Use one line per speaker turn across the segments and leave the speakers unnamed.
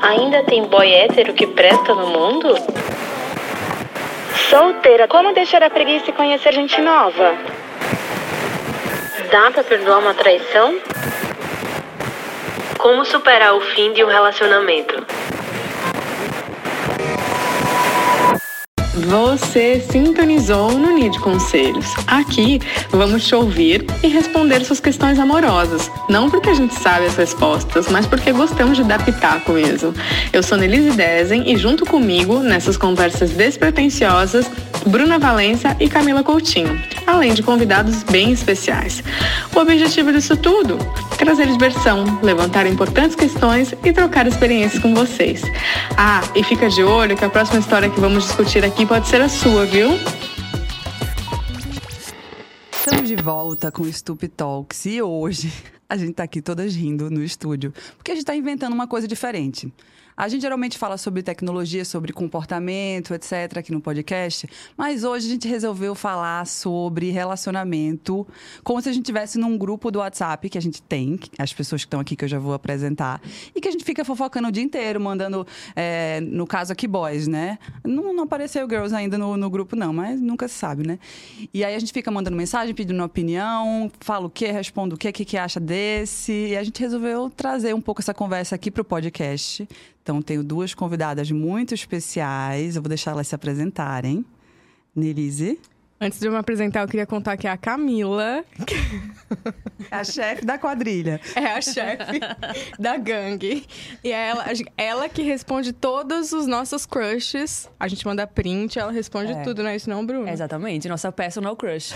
Ainda tem boy hétero que presta no mundo? Solteira, como deixar a preguiça e conhecer gente nova? Dá pra perdoar uma traição? Como superar o fim de um relacionamento?
Você sintonizou no Nid Conselhos. Aqui vamos te ouvir e responder suas questões amorosas. Não porque a gente sabe as respostas, mas porque gostamos de dar pitaco mesmo. Eu sou Nelise Dezen e junto comigo, nessas conversas despretensiosas, Bruna Valença e Camila Coutinho, além de convidados bem especiais. O objetivo disso tudo? Trazer diversão, levantar importantes questões e trocar experiências com vocês. Ah, e fica de olho que a próxima história que vamos discutir aqui pode ser a sua, viu?
Estamos de volta com o Stup Talks e hoje a gente tá aqui todas rindo no estúdio, porque a gente tá inventando uma coisa diferente. A gente geralmente fala sobre tecnologia, sobre comportamento, etc, aqui no podcast, mas hoje a gente resolveu falar sobre relacionamento, como se a gente tivesse num grupo do WhatsApp que a gente tem, as pessoas que estão aqui que eu já vou apresentar, e que a gente fica fofocando o dia inteiro, mandando, é, no caso aqui, boys, né? Não, não apareceu girls ainda no, no grupo, não, mas nunca se sabe, né? E aí a gente fica mandando mensagem, pedindo opinião, fala o que, responde o que, o que, que acha desse, e a gente resolveu trazer um pouco essa conversa aqui pro podcast. Então, tenho duas convidadas muito especiais. Eu vou deixar elas se apresentarem. Nelise.
Antes de eu me apresentar, eu queria contar que é a Camila, que
É a chefe da quadrilha.
é a chefe da gangue. E é ela, a gen- ela que responde todos os nossos crushes. A gente manda print, ela responde tudo, não é isso não,
Tipo,
Bruno?
né? Exatamente, nossa personal crush.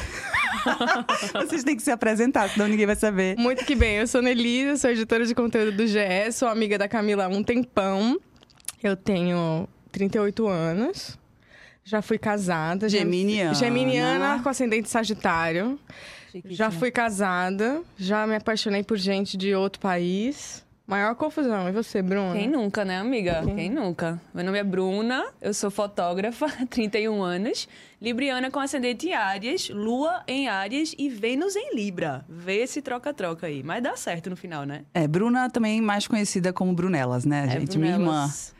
Vocês têm que se apresentar, senão ninguém vai saber.
Muito que bem, eu sou Nelisa, sou editora de conteúdo do GE, sou amiga da Camila há um tempão. Eu tenho 38 anos, já fui casada. já-
Geminiana.
Geminiana com ascendente sagitário. Já fui casada, já me apaixonei por gente de outro país. Maior confusão. E você, Bruna?
Quem nunca, né, amiga? Quem nunca? Meu nome é Bruna, eu sou fotógrafa, 31 anos, libriana com ascendente em Áries, lua em Áries e Vênus em Libra. Vê esse troca-troca aí, mas dá certo no final, né?
É, Bruna também mais conhecida como Brunelas, né,
É,
gente? Minha irmã.
Brunelas,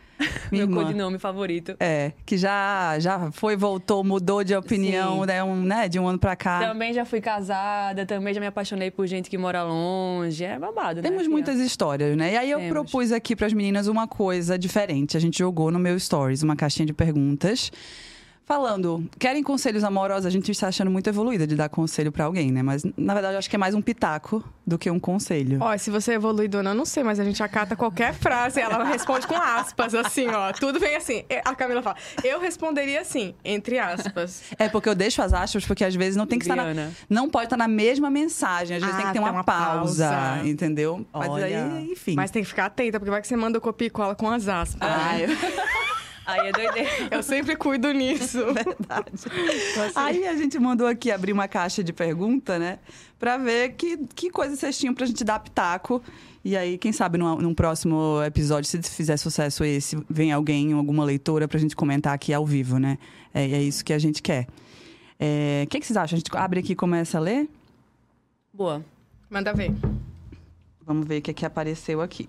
Minha
Meu
irmã.
codinome favorito.
É, que já, já foi, voltou, mudou de opinião,
Sim.
né, um, né, de um ano pra cá.
Também já fui casada, também já me apaixonei por gente que mora longe. É babado, né?
Temos
filha?
muitas histórias, né? E aí eu
Temos.
propus aqui pras meninas uma coisa diferente. A gente jogou no meu stories uma caixinha de perguntas. Falando, querem conselhos amorosos? A gente está achando muito evoluída de dar conselho pra alguém, né? Mas na verdade eu acho que é mais um pitaco do que um conselho.
Ó, se você é evoluído ou não, eu não sei, mas a gente acata qualquer frase, ela responde com aspas, assim, ó. Tudo vem assim. E A Camila fala, eu responderia assim, entre aspas.
É porque eu deixo as aspas porque às vezes não tem que estar na,
Libriana.
não pode estar na mesma mensagem, às vezes
Ah,
tem que ter
tá
uma,
uma
pausa,
pausa.
entendeu? Mas
Olha.
aí, enfim.
Mas tem que ficar atenta, porque vai que você manda eu copia e cola com as aspas. né?
Ah, eu-
Aí é doideira.
Eu sempre cuido nisso.
Aí a gente mandou aqui abrir uma caixa de pergunta, né? Pra ver que, que coisas vocês tinham pra gente dar pitaco. E aí, quem sabe num, num próximo episódio, se fizer sucesso esse, vem alguém, alguma leitora, pra gente comentar aqui ao vivo, né? É, é isso que a gente quer. É, O que, que vocês acham? A gente abre aqui e começa a ler?
Boa.
Manda ver.
Vamos ver o que, é que apareceu aqui.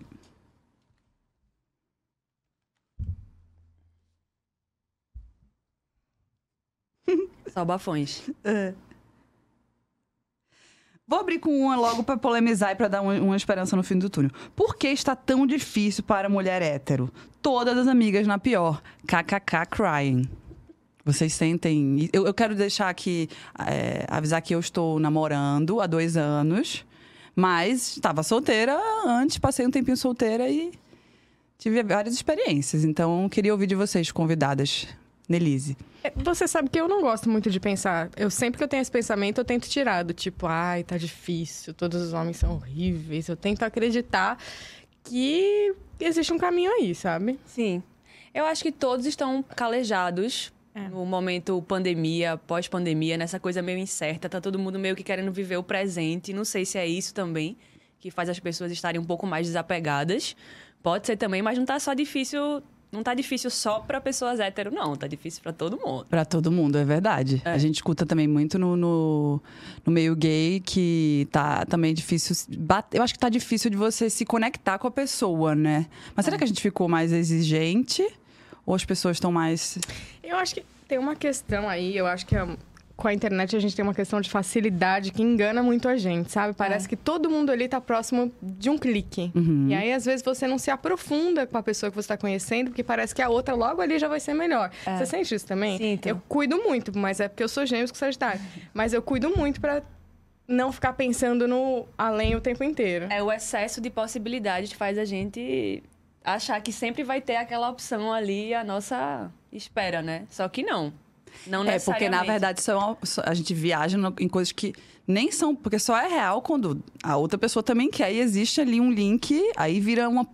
Só bafões.
Vou abrir com uma logo pra polemizar e pra dar uma, uma esperança no fim do túnel. Por que está tão difícil para mulher hétero? Todas as amigas na pior. KKK crying. Vocês sentem. Eu, eu quero deixar aqui. é, avisar que eu estou namorando há dois anos, mas estava solteira antes, passei um tempinho solteira e tive várias experiências. Então, queria ouvir de vocês, convidadas. Nelise.
É, Você sabe que eu não gosto muito de pensar. Eu sempre que eu tenho esse pensamento, eu tento tirar do tipo, ai, tá difícil, todos os homens são horríveis. Eu tento acreditar que existe um caminho aí, sabe?
Sim. Eu acho que todos estão calejados no momento pandemia, pós-pandemia, nessa coisa meio incerta. Tá todo mundo meio que querendo viver o presente. Não sei se é isso também que faz as pessoas estarem um pouco mais desapegadas. Pode ser também, mas não tá só difícil Não tá difícil só pra pessoas hétero, não. Tá difícil pra todo mundo.
Pra todo mundo, é verdade. A gente escuta também muito no, no, no meio gay que tá também difícil. se bate- Eu acho que tá difícil de você se conectar com a pessoa, né? Mas será que a gente ficou mais exigente? Ou as pessoas estão mais.
Eu acho que tem uma questão aí, eu acho que a- com a internet a gente tem uma questão de facilidade que engana muito a gente, sabe? Parece que todo mundo ali tá próximo de um clique.
uhum.
E aí, às vezes, você não se aprofunda com a pessoa que você tá conhecendo, porque parece que a outra logo ali já vai ser melhor.
É.
Você sente isso também?
Sinto.
Eu cuido muito, mas é porque eu sou gêmeos com Sagitário. Mas eu cuido muito pra não ficar pensando no além o tempo inteiro.
É o excesso de possibilidades faz a gente achar que sempre vai ter aquela opção ali à nossa espera, né? Só que não. Não
É, porque na
necessariamente.
verdade são, só- a gente viaja no- em coisas que nem são. Porque só é real quando a outra pessoa também quer e existe ali um link, aí vira uma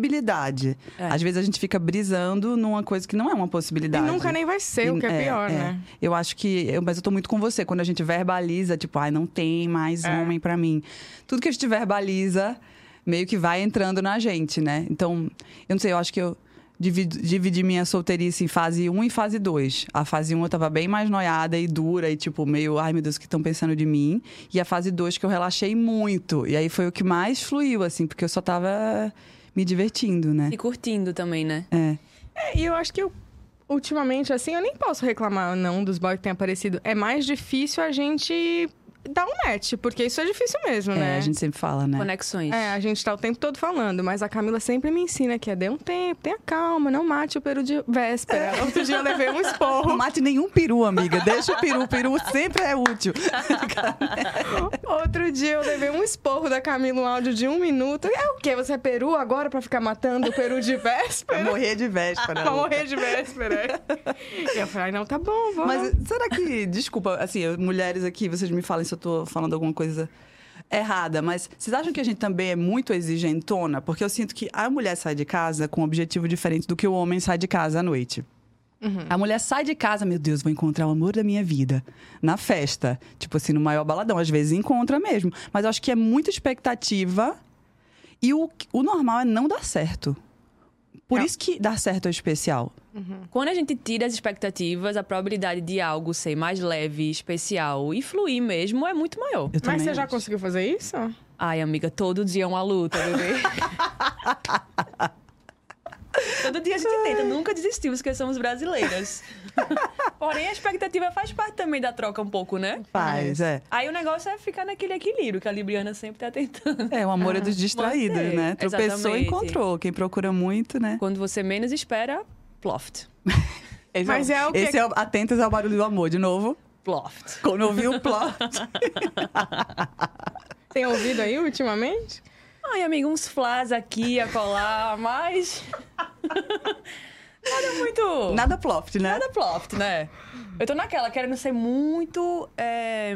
possibilidade. Às vezes a gente fica brisando numa coisa que não é uma
E
possibilidade.
nunca nem vai ser, o que é,
É,
pior,
é.
né?
Eu acho que. eu- mas eu tô muito com você. Quando a gente verbaliza, tipo, ai, não tem mais homem pra mim. Tudo que a gente verbaliza meio que vai entrando na gente, né? Então, eu não sei, eu acho que eu. divido- Dividi minha solteirice em fase 1 e fase 2. A fase 1 eu tava bem mais noiada e dura e tipo, meio, ai meu Deus, o que estão pensando de mim? E a fase 2 que eu relaxei muito. E aí foi o que mais fluiu, assim, porque eu só tava me divertindo, né?
E curtindo também, né?
É.
E eu acho que eu, ultimamente, assim, eu nem posso reclamar, não, dos boys que têm aparecido. É mais difícil a gente dar um match, porque isso é difícil mesmo, né?
É, a gente sempre fala, né?
Conexões.
É, a gente tá o tempo todo falando, mas a Camila sempre me ensina que é dê um tempo, tenha calma, não mate o peru de véspera. Outro dia eu levei um
Não
esporro.
mate nenhum peru, amiga. Deixa o peru. O peru sempre é útil.
Outro dia eu levei um esporro da Camila, um áudio de um minuto. É o quê? Você é peru agora pra ficar matando o peru de
Pra
véspera?
morrer de véspera.
Pra morrer de véspera. E eu falei, ai, não, tá bom, vamos.
Mas será que, desculpa, assim, eu- mulheres aqui, vocês me falem se eu tô falando alguma coisa errada, mas vocês acham que a gente também é muito exigentona? Porque eu sinto que a mulher sai de casa com um objetivo diferente do que o homem sai de casa à noite.
Uhum.
A mulher sai de casa, meu Deus, vou encontrar o amor da minha vida. Na festa. Tipo assim, no maior baladão. Às vezes encontra mesmo. Mas eu acho que é muita expectativa. E o, o normal é não dar certo. Por isso que dar certo é especial.
Quando a gente tira as expectativas, a probabilidade de algo ser mais leve, especial e fluir mesmo é muito maior.
Eu
Mas
também
você já
acho.
conseguiu fazer isso?
Ai, amiga, todo dia é uma luta, bebê. todo dia a gente tenta, nunca desistimos, porque somos brasileiras. Porém, a expectativa faz parte também da troca um pouco, né?
Ah,
Faz, é.
Aí o negócio é ficar naquele equilíbrio que a Libriana sempre tá tentando.
É, o amor é
Ah,
dos distraídos,
Gostei.
né? Tropeçou,
Exatamente.
encontrou. Quem procura muito, né?
Quando você menos espera, ploft.
Esse
Mas é o que-
Esse é o- atentas ao barulho do amor, de novo.
Ploft.
Quando eu vi o plot.
Tem ouvido aí ultimamente?
Ai, amiga, uns flás aqui, a colar, mas. Nada muito.
Nada plot, né?
Nada ploft, né? Eu tô naquela, querendo ser muito. é,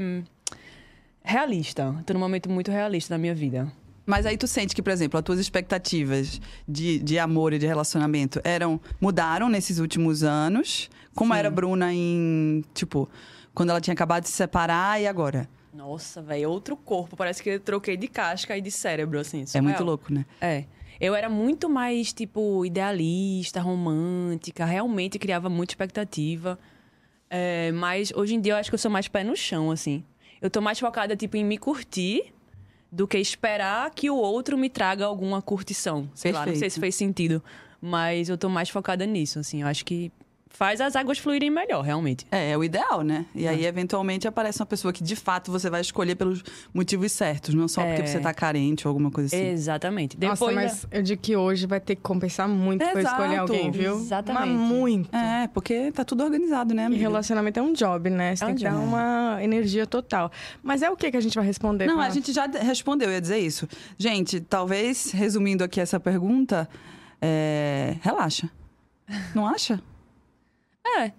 Realista. Tô num momento muito realista da minha vida.
Mas aí tu sente que, por exemplo, as tuas expectativas de, de amor e de relacionamento eram mudaram nesses últimos anos. Como era a Bruna em, tipo, quando ela tinha acabado de se separar e agora?
Nossa, velho, é outro corpo. Parece que eu troquei de casca e de cérebro, assim.
É
surreal.
muito louco, né?
É. Eu era muito mais, tipo, idealista, romântica, realmente criava muita expectativa. É, mas hoje em dia eu acho que eu sou mais pé no chão, assim. Eu tô mais focada, tipo, em me curtir do que esperar que o outro me traga alguma curtição. Sei lá, não sei
Perfeito.
se fez sentido. Mas eu tô mais focada nisso, assim. Eu acho que faz as águas fluírem melhor, realmente.
É, é o ideal, né? E aí, eventualmente, aparece uma pessoa que, de fato, você vai escolher pelos motivos certos. Não só porque
É.
você tá carente ou alguma coisa assim.
Exatamente. Depois
Nossa,
da-
mas eu digo que hoje vai ter que compensar muito pra eu
Exato,
escolher alguém, viu?
exatamente.
Mas muito.
É, porque tá tudo organizado, né,
E
amiga?
relacionamento é um job, né? Você
É um
tem que dar
job.
uma energia total. Mas é o que que a gente vai responder?
Não,
pra-
a gente já de- respondeu, eu ia dizer isso. Gente, talvez, resumindo aqui essa pergunta, é, relaxa. Não acha?
É.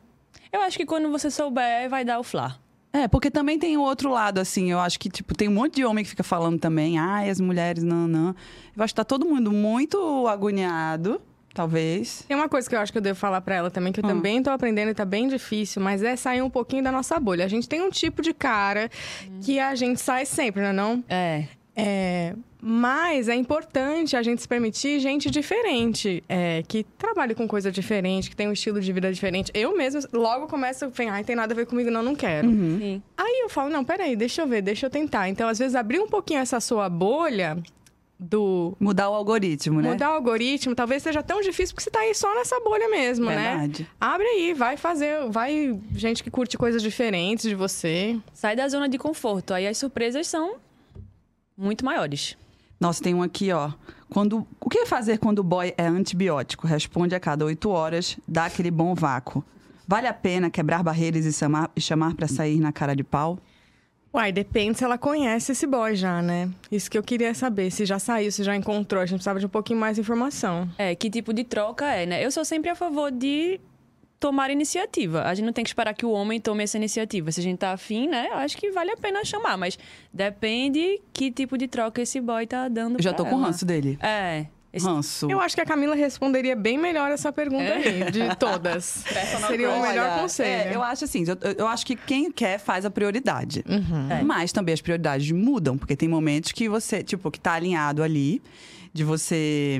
Eu acho que quando você souber, vai dar o flá.
É, porque também tem o outro lado, assim. Eu acho que, tipo, tem um monte de homem que fica falando também. Ai, as mulheres, não, não. Eu acho que tá todo mundo muito agoniado, talvez.
Tem uma coisa que eu acho que eu devo falar pra ela também, que eu também tô aprendendo e tá bem difícil, mas é sair um pouquinho da nossa bolha. A gente tem um tipo de cara que a gente sai sempre, não é não?
É.
É, mas é importante a gente se permitir gente diferente, é, que trabalhe com coisa diferente, que tem um estilo de vida diferente. Eu mesma logo começo, vem, ai, tem nada a ver comigo, não, não quero.
Uhum.
Sim.
Aí eu falo, não, peraí, deixa eu ver, deixa eu tentar. Então, às vezes, abrir um pouquinho essa sua bolha do
Mudar o algoritmo, né?
mudar o algoritmo, talvez seja tão difícil porque você tá aí só nessa bolha mesmo, né?
Verdade.
Abre aí, vai fazer, vai gente que curte coisas diferentes de você.
Sai da zona de conforto. Aí as surpresas são muito maiores.
Nossa, tem um aqui, ó. Quando, o que fazer quando o boy é antibiótico? Responde a cada oito horas, dá aquele bom vácuo. Vale a pena quebrar barreiras e chamar, e chamar para sair na cara de pau?
Uai, depende se ela conhece esse boy já, né? Isso que eu queria saber, se já saiu, se já encontrou, a gente precisava de um pouquinho mais de informação.
É, que tipo de troca é, né? Eu sou sempre a favor de tomar iniciativa. A gente não tem que esperar que o homem tome essa iniciativa. Se a gente tá afim, né? Eu Acho que vale a pena chamar, mas depende que tipo de troca esse boy tá dando
Eu já
pra
tô com
ela.
ranço dele.
É. Esse
Ranço.
Eu acho que a Camila responderia bem melhor essa pergunta aí, de todas. Seria o
É? Olha,
melhor conselho.
é, eu acho assim, eu, eu acho que quem quer faz a prioridade.
É.
Mas também as prioridades mudam, porque tem momentos que você, tipo, que tá alinhado ali, de você,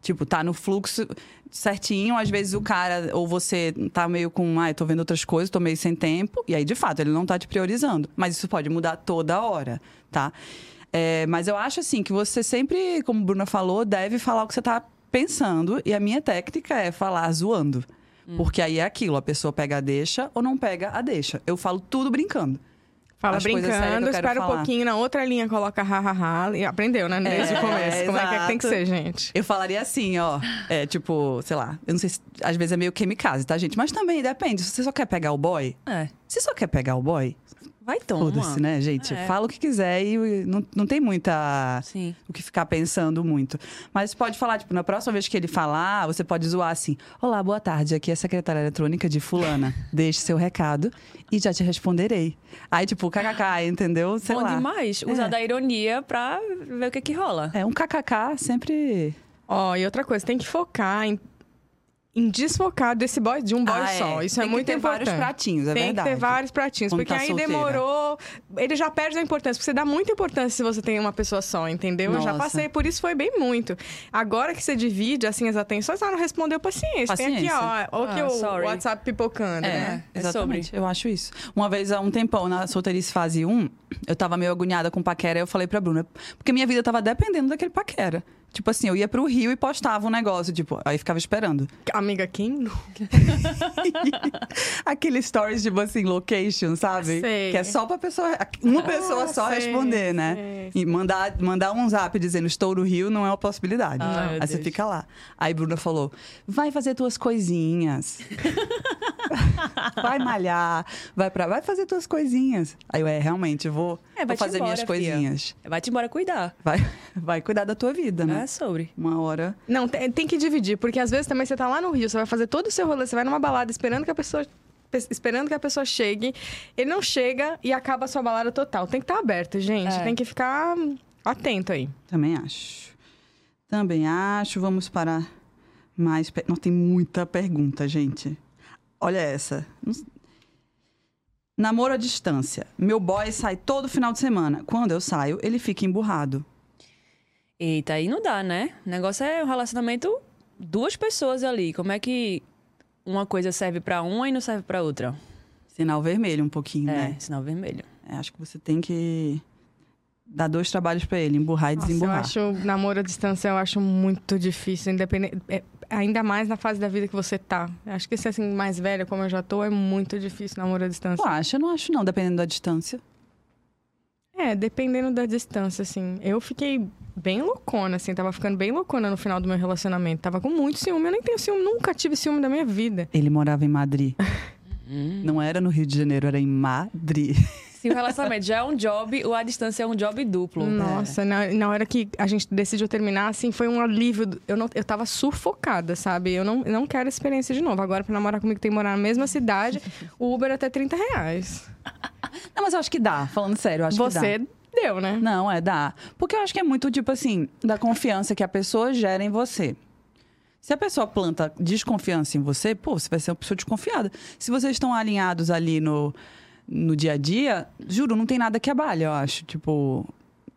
tipo, tá no fluxo certinho. Às vezes o cara, ou você tá meio com, ah, eu tô vendo outras coisas, tô meio sem tempo. E aí, de fato, ele não tá te priorizando. Mas isso pode mudar toda hora, tá? É, mas eu acho assim que você sempre, como a Bruna falou, deve falar o que você tá pensando. E a minha técnica é falar zoando. Porque aí é aquilo, a pessoa pega a deixa ou não pega a deixa. Eu falo tudo brincando.
Fala
As coisas sérias que
brincando,
eu quero
espera um
falar.
pouquinho, na outra linha coloca ha, ha, ha. E aprendeu, né? Desde
É,
o começo. Como é que, é que tem que
exato.
ser, gente?
Eu falaria assim, ó. É tipo, sei lá, eu não sei se. Às vezes é meio kamikaze, tá, gente? Mas também depende. Se você só quer pegar o boy,
É.
se só quer pegar o boy,
Vai tomar.
foda-se, né, gente?
É.
Fala o que quiser e não, não tem muita.
Sim.
o que ficar pensando muito. Mas pode falar, tipo, na próxima vez que ele falar, você pode zoar assim: Olá, boa tarde, aqui é a secretária eletrônica de Fulana. Deixe seu recado e já te responderei. Aí, tipo, kkk, entendeu? Sei
Bom
lá.
demais. Usar da ironia pra ver o que que rola.
É um kkk sempre.
Ó, e outra coisa, tem que focar em, em desfocar desse boy, de um boy
Ah,
só. Isso
Tem
é
que
muito
ter
importante.
vários pratinhos, é
tem
verdade.
que ter vários pratinhos,
Quando
porque
tá
aí
solteira.
demorou. Ele já perde a importância, porque você dá muita importância se você tem uma pessoa só, entendeu? Eu já
Nossa.
passei por isso, foi bem muito. Agora que você divide assim as atenções, ah, não respondeu paciência. Tem
Paciência.
aqui, ó, ó que
Ah,
o
sorry.
WhatsApp pipocando, né?
É
exatamente. Eu acho isso. Uma vez, há um tempão, na solteirice fase 1, eu tava meio agoniada com paquera. Eu falei pra Bruna, porque minha vida tava dependendo daquele paquera. Tipo assim, eu ia pro Rio e postava um negócio, tipo, aí ficava esperando.
Amiga, quem não?
Aquele stories, tipo assim, location, sabe?
Sei.
Que é só pra pessoa. Uma pessoa
Ah,
só
sei,
responder, né? E mandar, mandar um zap dizendo estou no Rio não é uma possibilidade.
Ah,
Aí
meu
você
Deus.
fica lá. Aí Bruna falou: vai fazer tuas coisinhas. vai malhar, vai pra. Vai fazer tuas coisinhas. Aí eu, é, realmente, eu vou,
É,
vou
vai-te
fazer
embora,
minhas
fia.
coisinhas.
Vai-te embora cuidar.
Vai, vai cuidar da tua vida, né?
É sobre.
Uma hora.
Não, tem, tem que dividir, porque às vezes também você tá lá no Rio, você vai fazer todo o seu rolê, você vai numa balada esperando que a pessoa pe- esperando que a pessoa chegue, ele não chega e acaba a sua balada total. Tem que estar aberto, gente,
É.
tem que ficar atento aí.
Também acho. Também acho. Vamos para mais. per- Não tem muita pergunta, gente. Olha essa. Não s- Namoro à distância. Meu boy sai todo final de semana. Quando eu saio, ele fica emburrado.
Eita, aí não dá, né? O negócio é um relacionamento duas pessoas ali. Como é que uma coisa serve pra uma e não serve pra outra?
Sinal vermelho um pouquinho, né?
É, sinal vermelho.
É, acho que você tem que dar dois trabalhos pra ele, emburrar e
Nossa, eu
desemburrar.
acho namoro à distância eu acho muito difícil, independente, é, ainda mais na fase da vida que você tá. Acho que se assim mais velha como eu já tô, é muito difícil namoro à distância.
Tu acha? Eu não acho, não, dependendo da distância.
É, dependendo da distância, assim. Eu fiquei bem loucona, assim. Tava ficando bem loucona no final do meu relacionamento. Tava com muito ciúme. Eu nem tenho ciúme, nunca tive ciúme da minha vida.
Ele morava em Madrid. Não era no Rio de Janeiro, era em Madrid.
Se o relacionamento já é um job, o à distância é um job duplo.
Nossa, na, na hora que a gente decidiu terminar, assim, foi um alívio. do- Eu, não, eu tava sufocada, sabe? Eu não, eu não quero essa experiência de novo. Agora, pra namorar comigo, tem que morar na mesma cidade. O Uber é até 30 reais.
Não, mas eu acho que dá, falando sério, eu acho que dá.
Você deu, né?
Não, é dá. Porque eu acho que é muito, tipo assim, da confiança que a pessoa gera em você. Se a pessoa planta desconfiança em você, pô, você vai ser uma pessoa desconfiada. Se vocês estão alinhados ali no, no dia a dia, juro, não tem nada que abale, eu acho. Tipo,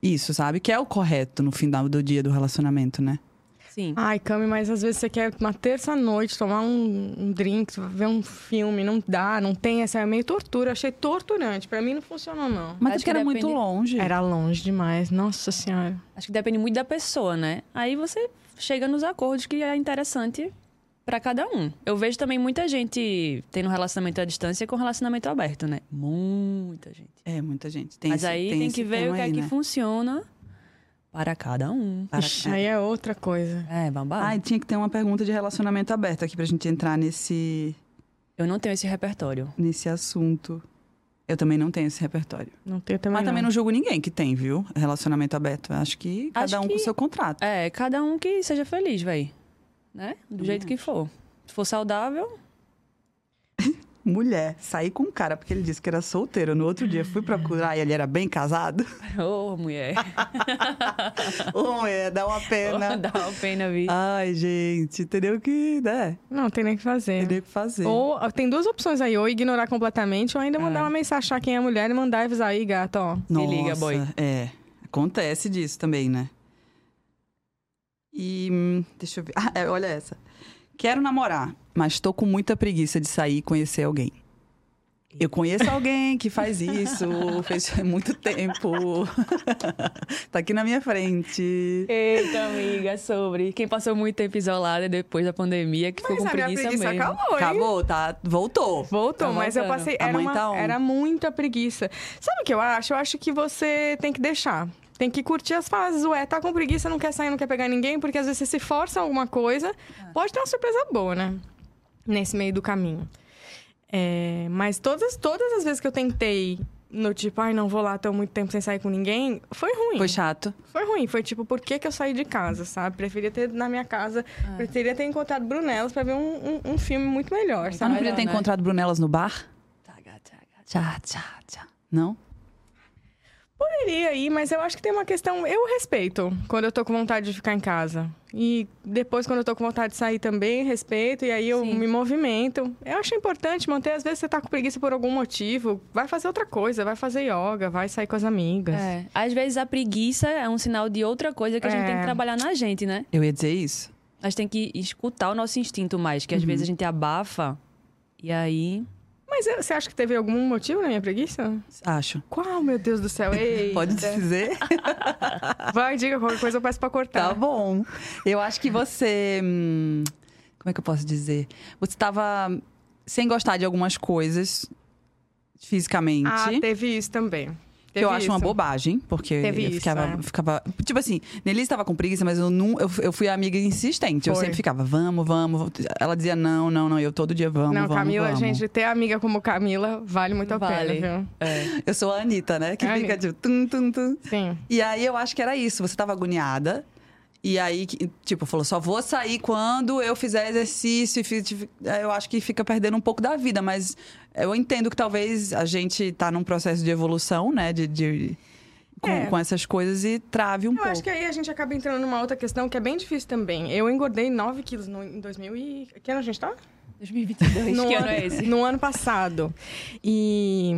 isso, sabe? Que é o correto no final do dia do relacionamento, né?
É. Sim.
Ai, Cami, mas às vezes você quer uma terça-noite tomar um, um drink, ver um filme, não dá, não tem essa. É meio tortura. Achei torturante. Pra mim não funcionou, não.
Mas
Acho
acho que era
que
muito
depende-
longe.
Era longe demais. Nossa Senhora.
Acho que depende muito da pessoa, né? Aí você chega nos acordos que é interessante pra cada um. Eu vejo também muita gente tendo relacionamento à distância com relacionamento aberto, né? Muita gente.
É, muita gente. Tem
Mas
esse-
aí tem,
esse
que ver o
tema
que é
aí,
que
né?
funciona para cada um.
Para-
Ixi,
é.
aí é outra coisa.
É, babado.
Ah, e tinha que ter uma pergunta de relacionamento aberto aqui pra gente entrar nesse,
Eu não tenho esse repertório.
nesse assunto. Eu também não tenho esse repertório.
Não tenho também.
Mas
não.
também não julgo ninguém que tem, viu? Relacionamento aberto. Eu Acho que cada
Acho
um com
que-
o seu contrato.
É, cada um que seja feliz, véi. Né? Do jeito que for. Se for saudável,
Mulher, saí com um cara porque ele disse que era solteiro. No outro dia fui procurar e ele era bem casado.
ô mulher.
Ô, é, dá uma pena.
Dá uma pena, vi.
Ai, gente, entendeu que, né?
Não, tem nem o que fazer.
Entendeu o que fazer.
Ou ah, tem duas opções aí, ou ignorar completamente, ou ainda mandar
Ah.
uma mensagem achar quem é a mulher e mandar avisar aí, gata, ó.
Se liga, boy.
É. Acontece disso também, né? E. hum, Deixa eu ver. Ah, é, olha essa. Quero namorar, mas tô com muita preguiça de sair e conhecer alguém. Eu conheço alguém que faz isso, fez há muito tempo. tá aqui na minha frente.
Eita, amiga, sobre quem passou muito tempo isolada depois da pandemia, que ficou com
Mas a minha
preguiça,
preguiça
mesmo.
acabou, hein?
Acabou, tá? Voltou.
Voltou,
Tá
mas eu
voltando.
passei.
A
Era,
mãe
uma-
tá on.
era muita preguiça. Sabe o que eu acho? Eu acho que você tem que deixar. Tem que curtir as fases. Ué, tá com preguiça, não quer sair, não quer pegar ninguém, porque às vezes você se força a alguma coisa.
É.
Pode ter uma surpresa boa, né? Nesse meio do caminho. É, mas todas, todas as vezes que eu tentei, no tipo, ai, não vou lá, tô muito tempo sem sair com ninguém, foi ruim.
Foi chato.
Foi ruim, foi tipo, por que, que eu saí de casa, sabe? Preferia ter ido na minha casa,
É.
preferia ter encontrado Brunelas pra ver um, um, um filme muito melhor,
Você não
sabe?
podia ter
né?
encontrado Brunelas no bar?
Tá, gata, gata.
Tchá, tchá, tchá. Não?
Poderia ir, mas eu acho que tem uma questão. Eu respeito quando eu tô com vontade de ficar em casa. E depois, quando eu tô com vontade de sair também, respeito. E aí eu me movimento. Eu acho importante manter. Às vezes você tá com preguiça por algum motivo. Vai fazer outra coisa, vai fazer yoga, vai sair com as amigas.
É, às vezes a preguiça é um sinal de outra coisa que a gente
É.
tem que trabalhar na gente, né?
Eu ia dizer isso.
A gente tem que escutar o nosso instinto mais, que às vezes a gente abafa e aí.
Mas eu- você acha que teve algum motivo na minha preguiça?
Acho.
Qual, meu Deus do céu? Ei!
Pode dizer?
Vai, diga qualquer coisa, eu peço pra cortar.
Tá bom. Eu acho que você. hum, Como é que eu posso dizer? Você estava sem gostar de algumas coisas fisicamente.
Ah, teve isso também.
que
Teve
eu acho uma
isso.
bobagem, porque
Teve
eu
isso,
ficava,
é.
ficava. Tipo assim, Nelise estava com preguiça, mas eu, não, eu, eu fui a amiga insistente. Eu
Foi.
sempre ficava, vamos, vamos. vamos. Ela dizia, não, não, não. e Eu todo dia, vamos,
Não,
vamos.
Camila,
vamos.
gente, ter amiga como Camila vale muito a
Vale.
pena, viu?
Eu sou a Anitta, né? Que
É a
fica tipo, tum, tum, tum.
Sim.
E aí eu acho que era isso, você tava agoniada. E aí, que- tipo, falou, só vou sair quando eu fizer exercício. e fi- ti- aí Eu acho que fica perdendo um pouco da vida, mas eu entendo que talvez a gente tá num processo de evolução, né? De, de- com,
É.
com essas coisas e trave um
Eu
pouco.
acho que aí a gente acaba entrando numa outra questão que é bem difícil também. Eu engordei 9 quilos no, em 2000 e... Que ano a gente tá?
2022,
No
que
ano,
ano é esse?
No ano passado. E...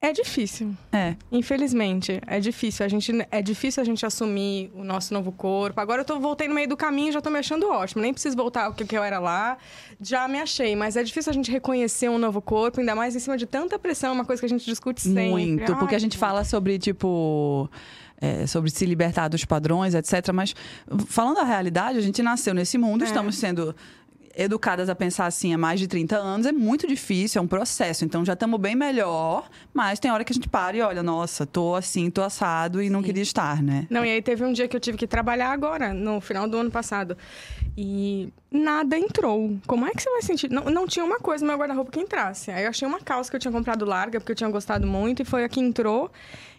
É difícil.
É.
Infelizmente, é difícil. A gente, é difícil a gente assumir o nosso novo corpo. Agora eu tô, voltei no meio do caminho já tô me achando ótimo. Nem preciso voltar ao que, que eu era lá. Já me achei. Mas é difícil a gente reconhecer um novo corpo, ainda mais em cima de tanta pressão. É uma coisa que a gente discute sempre.
Muito, porque a
Ai,
gente fala sobre, tipo. é, sobre se libertar dos padrões, etc. Mas falando a realidade, a gente nasceu nesse
É.
mundo, estamos sendo educadas a pensar assim há mais de 30 anos, é muito difícil, é um processo. Então já estamos bem melhor, mas tem hora que a gente para e olha, nossa, tô assim, tô assado e não queria estar, né?
Não, e aí teve um dia que eu tive que trabalhar agora, no final do ano passado. E nada entrou. Como é que você vai sentir? Não, não tinha uma coisa no meu guarda-roupa que entrasse. Aí eu achei uma calça que eu tinha comprado larga, porque eu tinha gostado muito, e foi a que entrou.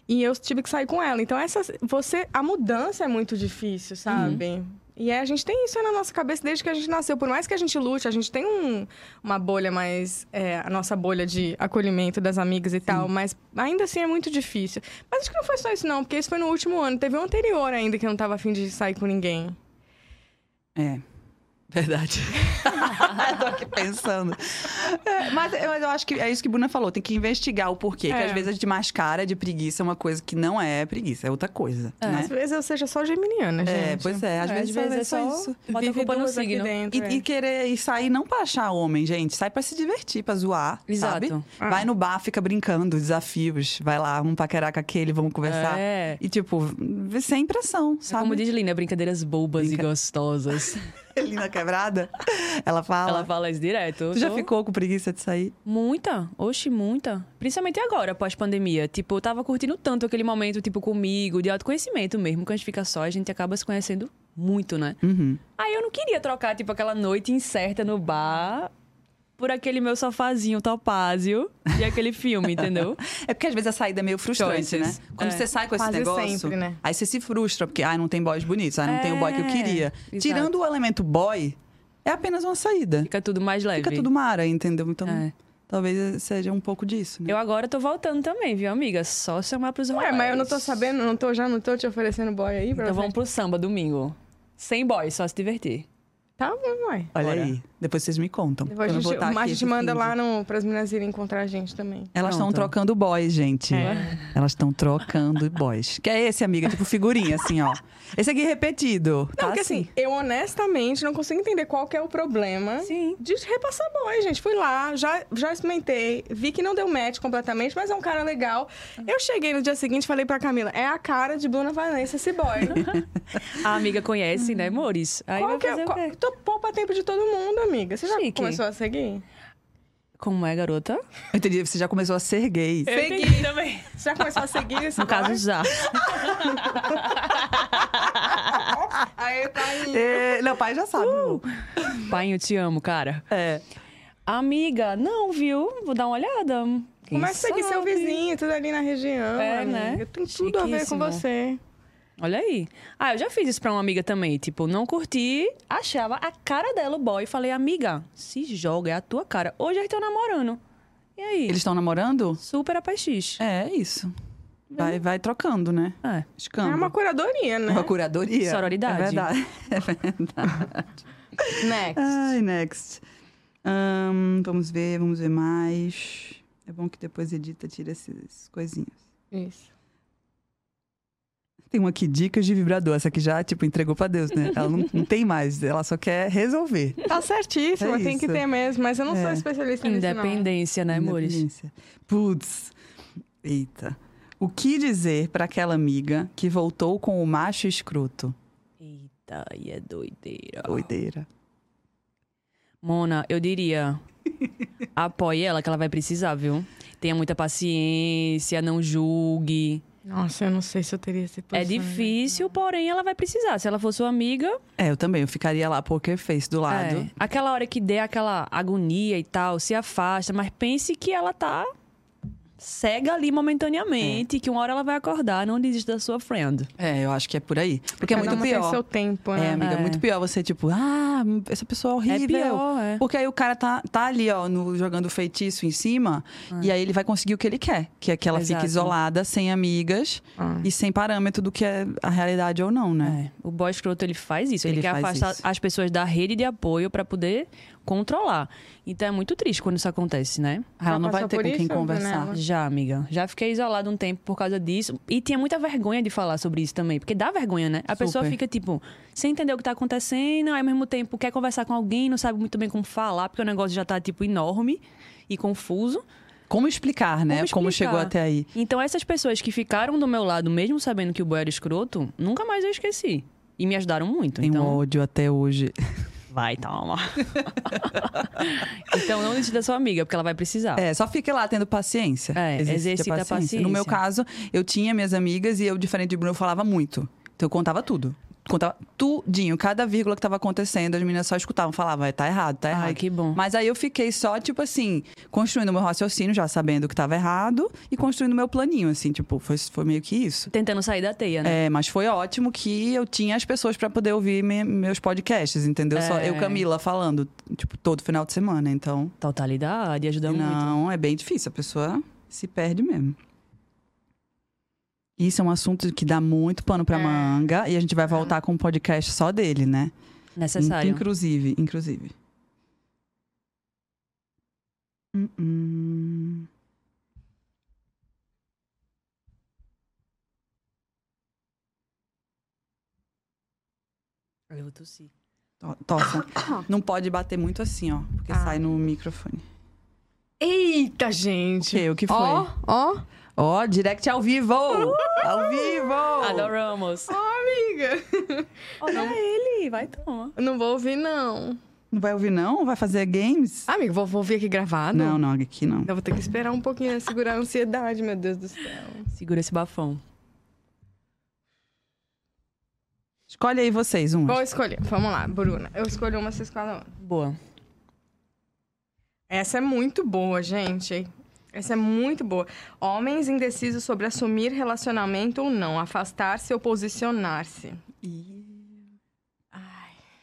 E eu tive que sair com ela. Então, essa, você, a mudança é muito difícil, sabe?
Uhum.
E é, a gente tem isso aí na nossa cabeça desde que a gente nasceu. Por mais que a gente lute, a gente tem um- uma bolha mais. é, a nossa bolha de acolhimento das amigas e tal. Mas ainda assim é muito difícil. Mas acho que não foi só isso, não, porque isso foi no último ano. Teve um anterior ainda que eu não tava afim de sair com ninguém.
É. Verdade. eu tô aqui pensando. É, mas, eu- mas eu acho que é isso que Bruna falou, tem que investigar o porquê. Que
É.
às vezes a gente mascara de preguiça uma coisa que não é preguiça, é outra coisa.
Às
Né?
vezes eu seja só geminiana, gente.
É, pois é, às vezes, é só isso.
Bota a
Vive
culpa no
duas aqui
signo.
dentro, é.
E, e querer e sair não pra achar homem, gente. Sai pra se divertir, pra zoar,
Exato.
sabe?
Ah.
Vai no bar, fica brincando, desafios. Vai lá, vamos paquerar com aquele, vamos conversar.
É.
E tipo, sem pressão, sabe?
Como diz Lina, brincadeiras bobas
Tá Brinca-
e gostosas.
Lina Quebrada, ela fala...
Ela fala isso direto.
Tu já
Tô-
ficou com preguiça de sair?
Muita, oxe, muita. Principalmente agora, pós-pandemia. Tipo, eu tava curtindo tanto aquele momento, tipo, comigo, de autoconhecimento mesmo. Quando a gente fica só, a gente acaba se conhecendo muito, né?
Uhum.
Aí eu não queria trocar, tipo, aquela noite incerta no bar por aquele meu sofazinho topázio e aquele filme, entendeu?
É porque às vezes a saída é meio frustrante,
Choices.
né? Quando
É.
você sai com esse
Quase
negócio,
sempre, né?
aí você se frustra, porque ai, não tem boys bonitos, ai, não tem o boy que eu
É,
queria.
exato.
Tirando o elemento boy, é apenas uma saída.
Fica tudo mais leve.
Fica tudo uma área, entendeu? Então,
É.
talvez seja um pouco disso. Né?
Eu agora tô voltando também, viu, amiga? Só chamar pros
Ué, mas eu não tô
rolês.
sabendo, não tô, já não tô te oferecendo boy aí pra
Então vamos
você.
pro samba domingo. Sem boy, só se divertir.
Tá bom, ué.
Olha
Bora.
aí. Depois vocês me contam.
Depois
Eu
a
não
gente,
vou tá
mas a
aqui
gente
esse
manda
fim
lá
de-
no, pras meninas irem encontrar a gente também.
Elas estão
Pronto.
trocando boys, gente.
É.
Elas estão trocando boys. Que é esse, amiga? Tipo figurinha, assim, ó. Esse aqui repetido.
Não,
tá
porque assim, eu honestamente não consigo entender qual que é o problema
Sim.
de repassar boy, gente. Fui lá, já, já experimentei, vi que não deu match completamente, mas é um cara legal. Eu cheguei no dia seguinte e falei pra Camila, é a cara de Bruna Valência esse boy.
A amiga conhece, né, Mores? Aí
qual
vai
que
fazer
é,
o
qual,
quê?
tô poupa tempo de todo mundo, amiga. Você já
Chique.
começou a seguir?
Como é, garota?
Eu entendi, você já começou a ser gay.
Segui.
também.
Você já começou a seguir esse
No
boy?
caso, já.
Aí tá aí.
É, meu pai já sabe.
Uh!
amor.
Pai, eu te amo, cara.
É.
Amiga, não, viu? Vou dar uma olhada. Quem
Começa a seguir seu
sabe?
vizinho, tudo ali na região.
É, né?
amiga. Tem tudo a ver com
Chiquíssimo.
você.
Olha aí. Ah, eu já fiz isso pra uma amiga também. Tipo, não curti, achava a cara dela o boy. Falei, amiga, se joga, é a tua cara. Hoje eles estão namorando. E aí?
Eles estão namorando?
Super apaixis.
É, isso. Vai, vai trocando, né?
É.
Escambo.
Uhum. É uma curadoria, né?
É uma curadoria.
Sororidade.
É verdade. É verdade.
Next.
Ai, next. Ahn, vamos ver, vamos ver mais. É bom que depois edita, tira essas coisinhas.
Isso.
Tem uma aqui, dicas de vibrador. Essa aqui já, tipo, entregou pra Deus, né? Ela não, não tem mais, ela só quer resolver.
Tá certíssimo,
É
tem que
isso.
ter mesmo, mas eu não sou
É.
especialista nisso, não.
Independência, né, amores?
Independência. Putz. Eita. O que dizer pra aquela amiga que voltou com o macho escroto?
Eita, e é doideira.
Doideira.
Mona, eu diria. Apoie ela, que ela vai precisar, viu? Tenha muita paciência, não julgue.
Nossa, eu não sei se eu teria esse
É difícil, porém ela vai precisar. Se ela for sua amiga,
É, eu também. Eu ficaria lá, poker face, do lado.
é. aquela hora que der aquela agonia e tal, se afasta, mas pense que ela tá cega ali momentaneamente, que uma hora ela vai acordar, não desista da sua friend.
É, eu acho que é por aí. Porque é
Cada
muito
uma Tem
pior.
seu tempo,
É,
né?
amiga, é.
É.
muito pior você, tipo, ah, essa pessoa é horrível.
É pior, é.
Porque aí o cara tá, tá ali, ó, no- jogando feitiço em cima, e aí ele vai conseguir o que ele quer. Que é que ela fique
É. Exato.
isolada, sem amigas
Ah.
e sem parâmetro do que é a realidade ou não, né?
É. O boy escroto, ele faz isso. Ele,
Ele
quer
faz
afastar
isso.
as pessoas da rede de apoio pra poder controlar. Então é muito triste quando isso acontece, né?
Ah, Ela não vai
passou
ter
por
com quem
isso,
conversar.
Brunella?
Já, amiga. Já fiquei isolada um tempo por causa disso. E tinha muita vergonha de falar sobre isso também. Porque dá vergonha, né? A pessoa
Super.
fica, tipo, sem entender o que tá acontecendo, aí ao mesmo tempo quer conversar com alguém, não sabe muito bem como falar, porque o negócio já tá, tipo, enorme e confuso.
Como explicar, né? Como,
explicar?
chegou até aí.
Então, essas pessoas que ficaram do meu lado, mesmo sabendo que o boy era escroto, nunca mais eu esqueci. E me ajudaram muito.
Tem
então,
um ódio até hoje.
vai, toma. então, não desista da sua amiga, porque ela vai precisar.
É, só fique lá tendo paciência.
É, exercita a paciência.
No meu caso, eu tinha minhas amigas e eu, diferente de Bruno, eu falava muito. Então eu contava tudo. Contava tudinho, cada vírgula que tava acontecendo, as meninas só escutavam, falavam, "É, tá errado, tá
Ai,
errado.
que bom.
Mas aí eu fiquei só, tipo assim, construindo meu raciocínio, já sabendo que tava errado, e construindo meu planinho, assim, tipo, foi, foi meio que isso.
Tentando sair da teia, né?
É, mas foi ótimo que eu tinha as pessoas pra poder ouvir me- meus podcasts, entendeu? Só
É.
eu, Camila, falando, tipo, todo final de semana, então.
Totalidade, ajuda
Então,
muito.
Não, é bem difícil. A pessoa se perde mesmo.
É.
Isso é um assunto que dá muito pano pra manga. E a gente vai voltar com um podcast só dele, né?
Necessário.
Inclusive, inclusive. Hum, hum.
Eu vou tossir.
To- Tossa. Não pode bater muito assim, ó. Porque
Ah.
sai no microfone.
Eita, gente.
É. Ok, o que foi?
Ó, ó.
Ó, direct ao vivo! ao vivo!
Adoramos.
Ó, amiga.
Olha ele, vai tomar.
Não vou ouvir, não.
Não vai ouvir, não? Vai fazer games?
Ah, amiga, vou, vou ouvir aqui gravado?
não, não, aqui não.
Eu vou ter que esperar um pouquinho, né? Segurar a ansiedade, meu Deus do céu.
Segura esse bafão.
Escolhe aí vocês um.
Vou escolher. Vamos lá, Bruna. Eu escolho uma, você escolhe a outra.
Boa.
Essa é muito boa, gente. Essa é muito boa. Homens indecisos sobre assumir relacionamento ou não, afastar-se ou posicionar-se.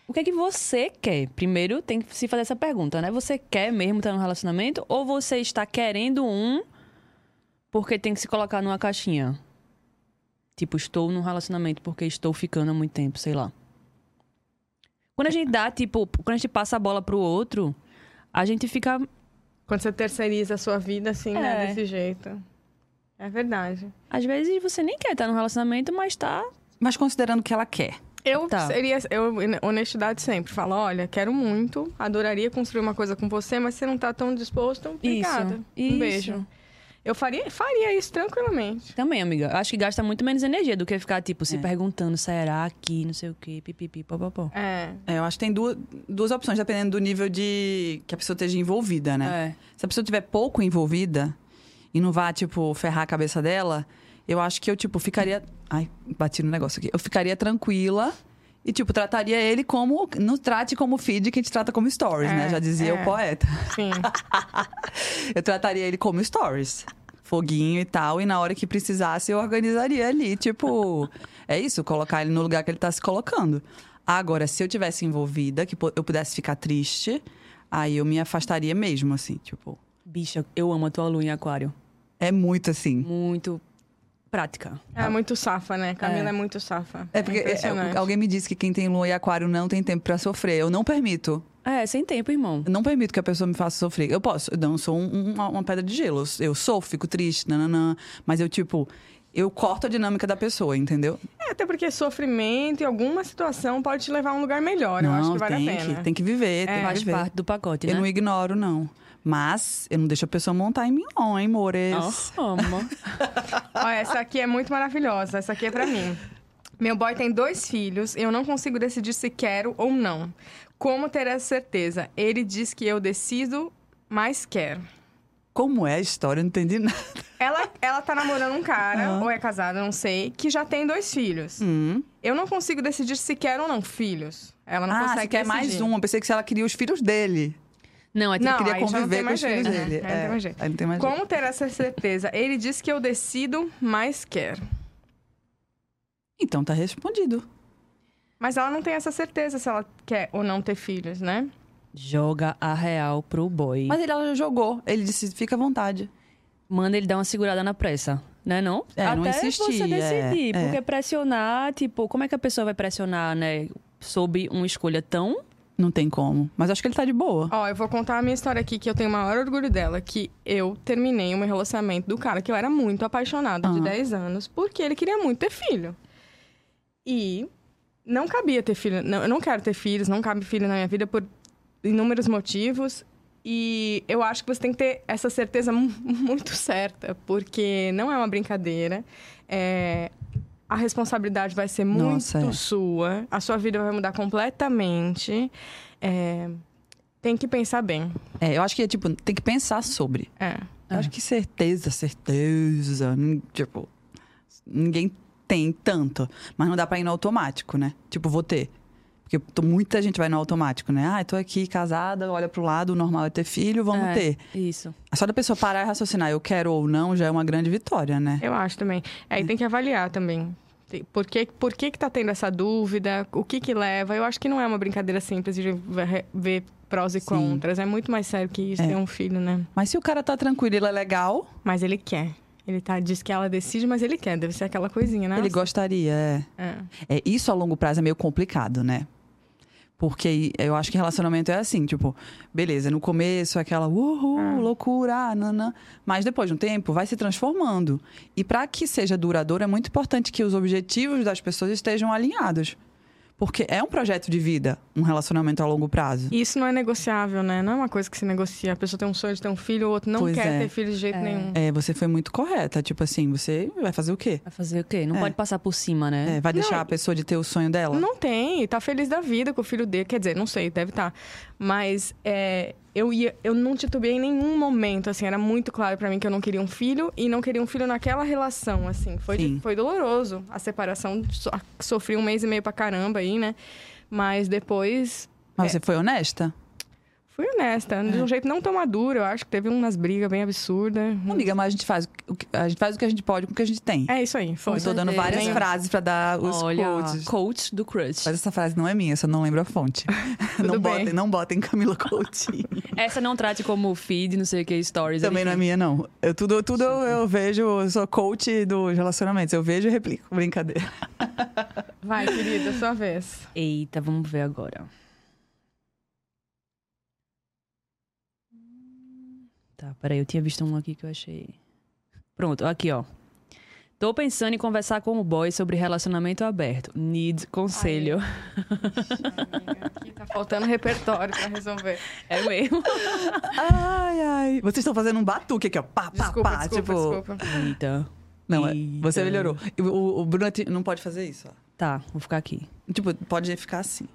O que é que você quer? Primeiro tem que se fazer essa pergunta, né? Você quer mesmo estar num relacionamento ou você está querendo um porque tem que se colocar numa caixinha? Tipo, estou num relacionamento porque estou ficando há muito tempo, sei lá. Quando a gente dá, tipo, quando a gente passa a bola pro outro, a gente fica
Quando você terceiriza a sua vida assim,
É.
né? Desse jeito. É verdade.
Às vezes você nem quer estar num relacionamento, mas tá.
Mas considerando que ela quer.
Eu
Tá.
seria. Eu, honestidade sempre. Falo, olha, quero muito, adoraria construir uma coisa com você, mas você não tá tão disposto. Obrigada.
Isso.
Um beijo. Eu faria, faria isso tranquilamente.
Também, amiga. Eu Acho que gasta muito menos energia do que ficar, tipo, se perguntando, será que, não sei o quê, pipipi, popopó.
É.
É, eu acho que tem duas, duas opções, dependendo do nível de que a pessoa esteja envolvida, né?
É.
Se a pessoa tiver pouco envolvida e não vá, tipo, ferrar a cabeça dela, eu acho que eu, tipo, ficaria. Ai, bati no negócio aqui. Eu ficaria tranquila e, tipo, trataria ele como. Não trate como feed que a gente trata como stories, né?
É,
Já dizia
é.
o poeta.
Sim.
Eu trataria ele como stories. Foguinho e tal, e na hora que precisasse eu organizaria ali, tipo, é isso, colocar ele no lugar que ele tá se colocando. Agora, se eu tivesse envolvida, que po- eu pudesse ficar triste, aí eu me afastaria mesmo, assim, tipo.
Bicha, eu amo a tua lua em aquário.
É muito assim.
Muito prática.
É muito safa, né? Camila é, muito safa.
É porque é,
impressionante.
alguém me disse que quem tem lua e aquário não tem tempo pra sofrer. Eu não permito.
É, sem tempo, irmão.
Eu não permito que a pessoa me faça sofrer. Eu posso, eu não sou um- uma, uma pedra de gelo. Eu sou, fico triste, nananã. Mas eu, tipo, eu corto a dinâmica da pessoa, entendeu?
É, até porque sofrimento e alguma situação pode te levar a um lugar melhor. eu
não,
acho que vale
tem
a pena. É,
Que, tem que viver, tem que
Faz
viver.
parte do pacote,
Eu
né?
não ignoro, não. Mas eu não deixo a pessoa montar em mim, não, hein, mores?
Oh, amo.
Ó, essa aqui é muito maravilhosa. Essa aqui é pra mim. Meu boy tem dois filhos e eu não consigo decidir se quero ou não. Como ter essa certeza? Ele diz que eu decido, mas quero.
Como é a história? Eu não entendi nada.
Ela, ela tá namorando um cara, ou é casada, não sei, que já tem dois filhos.
Hum.
Eu não consigo decidir se quero ou não filhos. Ela não
ah,
consegue
você quer mais
decidir.
um. Eu pensei que se ela queria os filhos dele.
Não, é tipo.
Não,
queria
aí já não
conviver
tem
com os
mais
filhos
jeito, né?
dele. é.
Aí não tem mais jeito.
Aí não tem mais jeito.
Como ter essa certeza? Ele diz que eu decido, mas quero.
Então tá respondido.
Mas ela não tem essa certeza se ela quer ou não ter filhos, né?
Joga a real pro boy.
Mas ele ela jogou. Ele disse, fica à vontade.
Manda ele dar uma segurada na pressa. Né, não?
É,
Até
não insistir,
você decidir.
é, é.
porque pressionar, tipo, como é que a pessoa vai pressionar, né? Sobre uma escolha tão.
Não tem como. Mas acho que ele tá de boa.
Ó, eu vou contar a minha história aqui, que eu tenho o maior orgulho dela, que eu terminei o meu relacionamento do cara que eu era muito apaixonada, de
Aham.
10 anos, porque ele queria muito ter filho. E não cabia ter filho. Não, eu não quero ter filhos, não cabe filho na minha vida por inúmeros motivos. E eu acho que você tem que ter essa certeza mu- muito certa, porque não é uma brincadeira. É, a responsabilidade vai ser muito
Nossa, é.
sua, a sua vida vai mudar completamente. É, tem que pensar bem.
É, eu acho que, tipo, tem que pensar sobre.
É.
Eu acho que certeza, certeza. nin- Tipo, ninguém tem tanto. Mas não dá pra ir no automático, né? Tipo, vou ter. Porque tô- muita gente vai no automático, né? Ah, tô aqui casada, olha pro lado, o normal é ter filho, vamos
É,
ter.
Isso.
Só da pessoa parar e raciocinar, eu quero ou não, já é uma grande vitória, né?
Eu acho também. Aí tem que avaliar também. Tem- Por que, por que que tá tendo essa dúvida? O que que leva? Eu acho que não é uma brincadeira simples de ver- ver prós e
Sim.
contras. É muito mais sério que isso, ter um filho, né?
Mas se o cara tá tranquilo, ele é legal,
Mas ele quer. Ele tá, diz que ela decide, mas ele quer. Deve ser aquela coisinha, né?
ele gostaria, é.
É.
É, isso a longo prazo é meio complicado, né? Porque eu acho que relacionamento é assim, tipo, beleza, no começo é aquela uhul, loucura, ah, nanã. Mas depois de um tempo vai se transformando. E para que seja duradouro, é muito importante que os objetivos das pessoas estejam alinhados. Porque é um projeto de vida, um relacionamento a longo prazo.
E Isso não é negociável, né? Não é uma coisa que se negocia. A pessoa tem um sonho de ter um filho, o outro não
Pois
quer
é.
ter filho de jeito nenhum.
É, você foi muito correta. Tipo assim, você vai fazer o quê?
Vai fazer o quê? Não pode passar por cima, né?
É, vai deixar a pessoa de ter o sonho dela?
Não tem, tá feliz da vida com o filho dele. Quer dizer, não sei, deve estar. Mas é, eu, ia, eu não titubeei em nenhum momento, assim. Era muito claro pra mim que eu não queria um filho e não queria um filho naquela relação, assim. Foi,
Sim.
foi doloroso. A separação, so- sofri um mês e meio pra caramba aí, né? Mas depois
Mas você foi honesta?
fui honesta,
É.
de um jeito não tão maduro. Eu acho que teve umas brigas bem absurdas.
Amiga, mas a gente faz o que a gente, faz o que a gente pode com o que a gente tem.
É isso aí, foi.
Eu tô dando
certeza.
várias
Tem-
frases pra dar os
Olha,
quotes.
coach do crush.
Mas essa frase não é minha, eu só não lembro a fonte. não,
bem.
botem, não botem Camila Coutinho.
Essa não trate como feed, não sei o que, stories.
Também não é
enfim.
minha, não. Eu, tudo tudo eu, eu vejo, eu sou coach dos relacionamentos. Eu vejo e replico. Brincadeira.
Vai, querida, sua vez.
Eita, vamos ver agora. Tá, peraí, eu tinha visto um aqui que eu achei. Pronto, aqui, ó. Tô pensando em conversar com o boy sobre relacionamento aberto. Need conselho.
Aqui tá faltando repertório pra resolver.
É mesmo?
Ai, ai. Vocês estão fazendo um batuque aqui, ó. Pá, pá,
Desculpa,
pá.
desculpa,
tipo.
desculpa.
Eita.
Não, é-
Eita.
você melhorou. E O, o Bruno ti- não pode fazer isso, ó.
Tá, vou ficar aqui.
Tipo, pode ficar assim.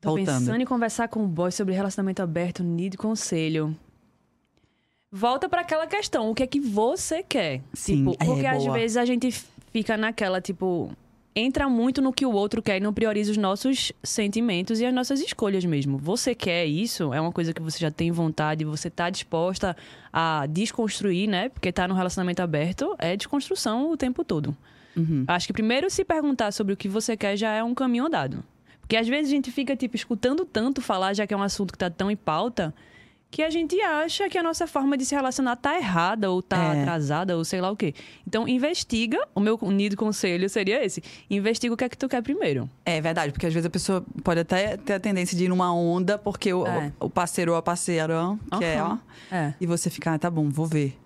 Tô
Voltando.
pensando em conversar com o boy sobre relacionamento aberto, need conselho. Volta pra aquela questão, o que é que você quer?
Sim,
Tipo,
é,
porque às
boa.
vezes a gente fica naquela, tipo, entra muito no que o outro quer e não prioriza os nossos sentimentos e as nossas escolhas mesmo. Você quer isso? É uma coisa que você já tem vontade, você tá disposta a desconstruir, né? Porque tá num relacionamento aberto, é desconstrução o tempo todo.
Uhum.
Acho que primeiro se perguntar sobre o que você quer já é um caminho andado. Porque às vezes a gente fica, tipo, escutando tanto falar, já que é um assunto que tá tão em pauta, que a gente acha que a nossa forma de se relacionar tá errada, ou tá
É.
atrasada, ou sei lá o quê. Então, investiga. O meu unido conselho seria esse. Investiga o que é que tu quer primeiro.
É verdade, porque às vezes a pessoa pode até ter a tendência de ir numa onda, porque o,
É.
o parceiro ou a parceira que é, ó.
Aham. É.
E você fica, ah, tá bom, vou ver.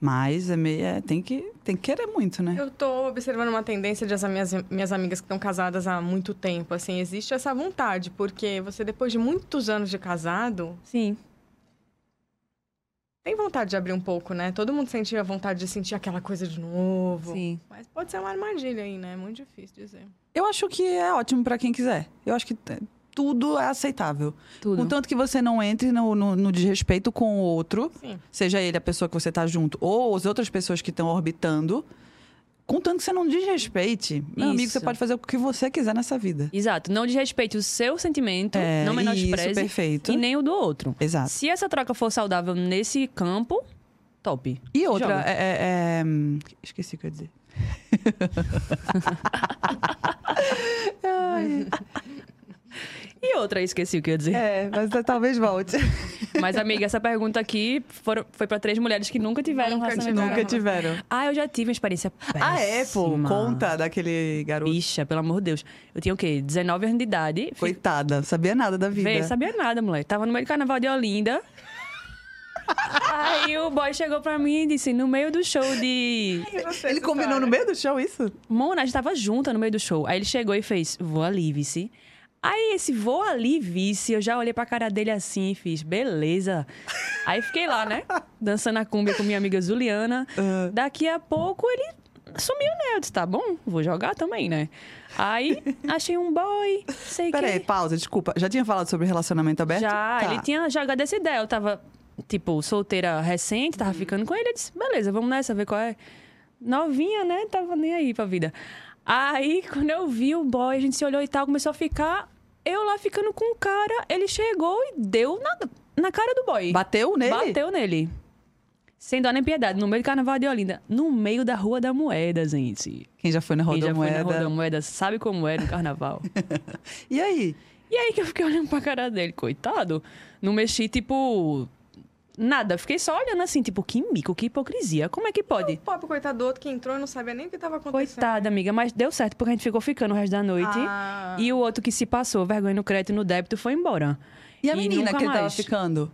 Mas é meio, é, tem, que, tem que querer muito, né?
Eu tô observando uma tendência das minhas, minhas amigas que estão casadas há muito tempo, assim, existe essa vontade, porque você depois de muitos anos de casado,
Sim.
tem vontade de abrir um pouco, né? Todo mundo sentia vontade de sentir aquela coisa de novo.
Sim.
Mas pode ser uma armadilha aí, né? É muito difícil dizer.
Eu acho que é ótimo pra quem quiser. Eu acho que t- tudo é aceitável.
Tudo.
Contanto que você não entre no, no- no desrespeito com o outro,
Sim.
seja ele a pessoa que você tá junto ou as outras pessoas que estão orbitando. Contanto que você não desrespeite, meu amigo, você
Isso.
pode fazer o que você quiser nessa vida.
Exato. Não desrespeite o seu sentimento,
É,
não menospreze.
isso, perfeito.
E nem o do outro.
Exato.
Se essa troca for saudável nesse campo, top.
E outra, é,
Joga.
é- é, hum, Esqueci o que eu ia dizer.
E outra, esqueci o que eu ia dizer.
É, mas talvez volte.
Mas, amiga, essa pergunta aqui foram- foi pra três mulheres que nunca tiveram
Nunca
relacionamento.
tiveram.
Nunca tiveram.
Ah, eu já tive uma experiência péssima.
Ah, é, pô. Conta daquele garoto.
Bicha, pelo amor de Deus. Eu tinha o quê? 19 anos de idade. Fui
Coitada, sabia nada da vida.
ver, sabia nada, moleque. Tava no meio do carnaval de Olinda. Aí o boy chegou pra mim e disse, no meio do show de...
Ele combinou no meio do show isso?
Mona, a gente tava junta no meio do show. Aí ele chegou e fez, vou ali, vice. Aí esse vou ali, vice, eu já olhei pra cara dele assim e fiz, beleza. Aí fiquei lá, né? Dançando a cumbia com minha amiga Juliana.
Ah.
Daqui a pouco ele sumiu, né? Eu disse, tá bom, vou jogar também, né? Aí achei um boy, sei que...
Peraí, pausa, desculpa. Já tinha falado sobre relacionamento aberto?
Já,
Tá.
ele tinha jogado essa ideia. Eu tava, tipo, solteira recente,
Uhum.
tava ficando com ele. Eu disse, beleza, vamos nessa, ver qual é. Novinha, né? Tava nem aí pra vida. Aí, quando eu vi o boy, a gente se olhou e tal, começou a ficar. Eu lá ficando com o cara, ele chegou e deu na, na cara do boy.
Bateu nele?
Bateu nele. Sem dó nem piedade, no meio do carnaval de Olinda. No meio da Rua da Moeda, gente.
Quem já foi na
Quem
Roda
já foi na
Moeda.
Rua da Moeda sabe como era no carnaval.
E aí?
E aí que eu fiquei olhando pra cara dele, coitado. Não mexi, tipo, Nada. Fiquei só olhando assim, tipo, que mico, que hipocrisia. Como é que pode?
O pobre coitado do outro que entrou e não sabia nem o que tava
é.
acontecendo.
Coitada, amiga, mas deu certo porque a gente ficou ficando o resto da noite.
Ah.
E o outro que se passou, vergonha no crédito e no débito, foi embora.
E a menina
nunca
que tava
mais.
ficando?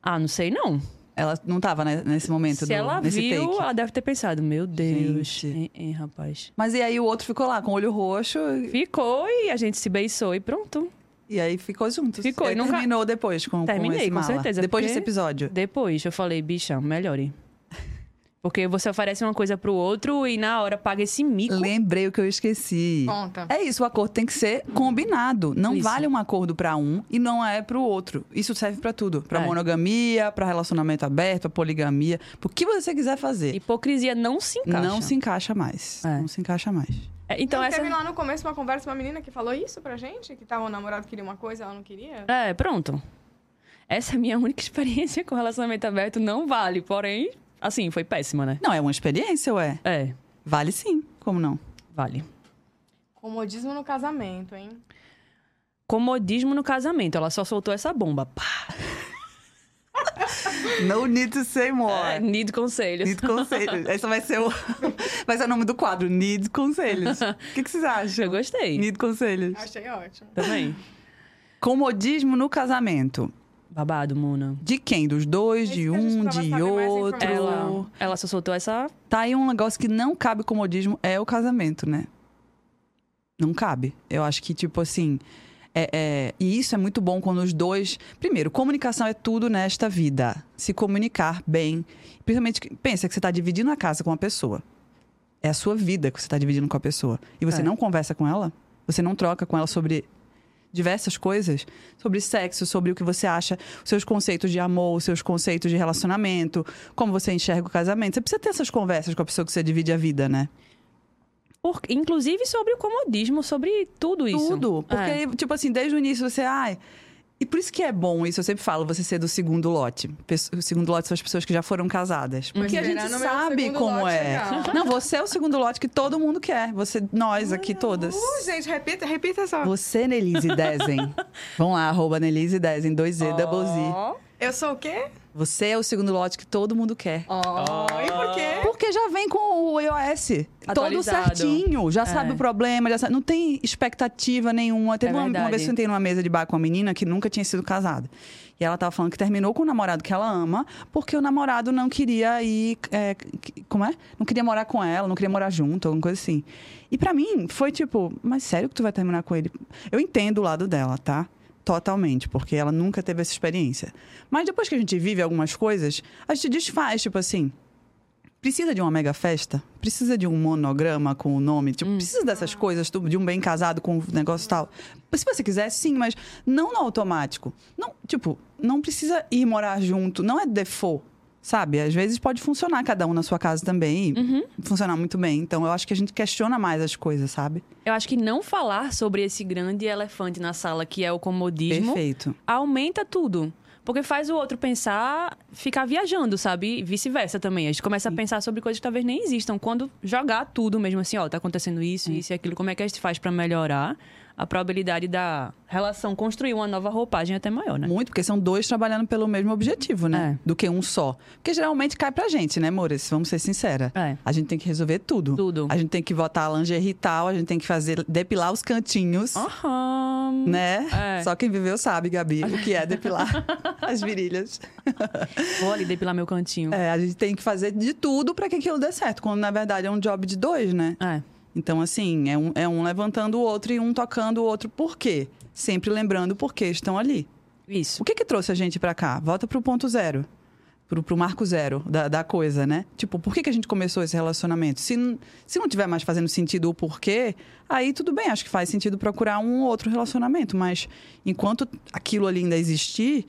Ah, não sei não.
Ela não tava né, nesse momento,
Se
do-
ela
nesse
viu,
take.
ela deve ter pensado, meu Deus,
Gente.
hein, hein, rapaz.
Mas e aí o outro ficou lá com o olho roxo e-
Ficou e a gente se beiçou e pronto.
e aí ficou junto.
Ficou,
E aí
e nunca-
terminou depois com, com,
Terminei,
esse
com
mala.
certeza,
Depois
porque-
desse episódio.
Depois eu falei, bicha, melhore. Porque você oferece uma coisa pro outro e na hora paga esse mico.
Lembrei o que eu esqueci.
Conta.
É isso, o acordo tem que ser combinado. Não
Isso.
vale um acordo pra um e não é pro outro. Isso serve pra tudo, Pra
É.
monogamia, pra relacionamento aberto, pra poligamia, pro que você quiser fazer.
Hipocrisia não se encaixa.
Não se encaixa mais.
É.
Não se encaixa mais.
É, então
Não,
essa
Teve lá no começo uma conversa com uma menina que falou isso pra gente? Que tava o namorado queria uma coisa, ela não queria?
É, pronto. Essa é a minha única experiência com relacionamento aberto não vale, porém, assim, foi péssima, né?
Não é uma experiência, ué.
É,
Vale sim, como não?
vale.
Comodismo no casamento, hein?
Comodismo no casamento, ela só soltou essa bomba. Pá,
No need to say
é,
more.
nido conselhos.
Need conselhos. Esse vai ser o vai ser o nome do quadro, Need Conselhos. O que, que vocês
Eu
acham?
gostei.
Need Conselhos.
Achei ótimo.
Também.
Comodismo no casamento.
Babado, Mona.
De quem? Dos dois,
É
de
isso que a gente
um,
precisava
de
saber mais
outro. É.
Ela, ela só soltou essa.
Tá aí um negócio que não cabe comodismo, é o casamento, né? Não cabe. Eu acho que, tipo assim. é- é- E isso é muito bom quando os dois. Primeiro, comunicação é tudo nesta vida. Se comunicar bem. Principalmente, que- pensa que você tá dividindo a casa com uma pessoa. É a sua vida que você tá dividindo com a pessoa. E você
É.
não conversa com ela? Você não troca com ela sobre diversas coisas sobre sexo, sobre o que você acha, os seus conceitos de amor, os seus conceitos de relacionamento, como você enxerga o casamento. Você precisa ter essas conversas com a pessoa que você divide a vida, né?
Por- inclusive sobre o comodismo, sobre tudo isso.
Tudo. Porque,
É.
tipo assim, desde o início você. Ai, e por isso que é bom isso, eu sempre falo, você ser do segundo lote. Pesso- O segundo lote são as pessoas que já foram casadas.
Mas
Porque a
virar
gente
é, né? no meu
sabe
segundo
como
lote é
é.
legal.
Não, você é o segundo lote que todo mundo quer. Você, nós aqui todas.
Uh, gente, repita, repita só.
Você, Nelise Dezen. Vamos lá, arroba Nelise Dezen, 2Z, double Z.
Ó.
Eu sou o quê?
Você é o segundo lote que todo mundo quer.
Oh. E por quê?
Porque já vem com o iOS todo
É. Atualizado.
certinho, já
É.
sabe o problema, já sabe- não tem expectativa nenhuma. Teve
É
uma, uma
verdade.
vez que eu entrei numa mesa de bar com uma menina que nunca tinha sido casada. E ela tava falando que terminou com o namorado que ela ama, porque o namorado não queria ir. é, que- como é? Não queria morar com ela, não queria morar junto, alguma coisa assim. E pra mim foi tipo, mas sério que tu vai terminar com ele? Eu entendo o lado dela, tá? Totalmente, porque ela nunca teve essa experiência. Mas depois que a gente vive algumas coisas, a gente desfaz, tipo assim. Precisa de uma mega festa? Precisa de um monograma com o nome? Tipo, precisa dessas coisas, tu- de um bem casado com um negócio e tal? Se você quiser, sim, mas não no automático. Não, tipo, não precisa ir morar junto, não é default. Sabe, às vezes pode funcionar cada um na sua casa também e funcionar muito bem. Então eu acho que a gente questiona mais as coisas, sabe?
Eu acho que não falar sobre esse grande elefante na sala que é o comodismo
Perfeito.
aumenta tudo. Porque faz o outro pensar, ficar viajando, sabe? E vice-versa também. A gente começa a pensar sobre coisas que talvez nem existam. Quando jogar tudo mesmo assim, ó, tá acontecendo isso, isso e aquilo, como é que a gente faz pra melhorar? A probabilidade da relação construir uma nova roupagem é É. até maior, né?
Muito, porque são dois trabalhando pelo mesmo objetivo, né? Do que um só. Porque geralmente cai pra gente, né, Mores? Vamos ser sincera.
É.
A gente tem que resolver tudo.
Tudo.
A gente tem que botar a lingerie tal, a gente tem que fazer depilar os cantinhos,
Aham.
né?
É.
Só quem viveu sabe, Gabi, o que é depilar as virilhas.
Vou ali depilar meu cantinho.
É, a gente tem que fazer de tudo pra que aquilo dê certo, quando na verdade é um job de dois, né?
É.
Então, assim, é um, é um levantando o outro e um tocando o outro por quê? Sempre lembrando por que estão ali.
Isso.
O que que trouxe a gente pra cá? Volta pro ponto zero. Pro, pro marco zero da, da coisa, né? Tipo, por que, que a gente começou esse relacionamento? Se, n- se não tiver mais fazendo sentido o porquê, aí tudo bem, acho que faz sentido procurar um ou outro relacionamento. Mas enquanto aquilo ali ainda existir,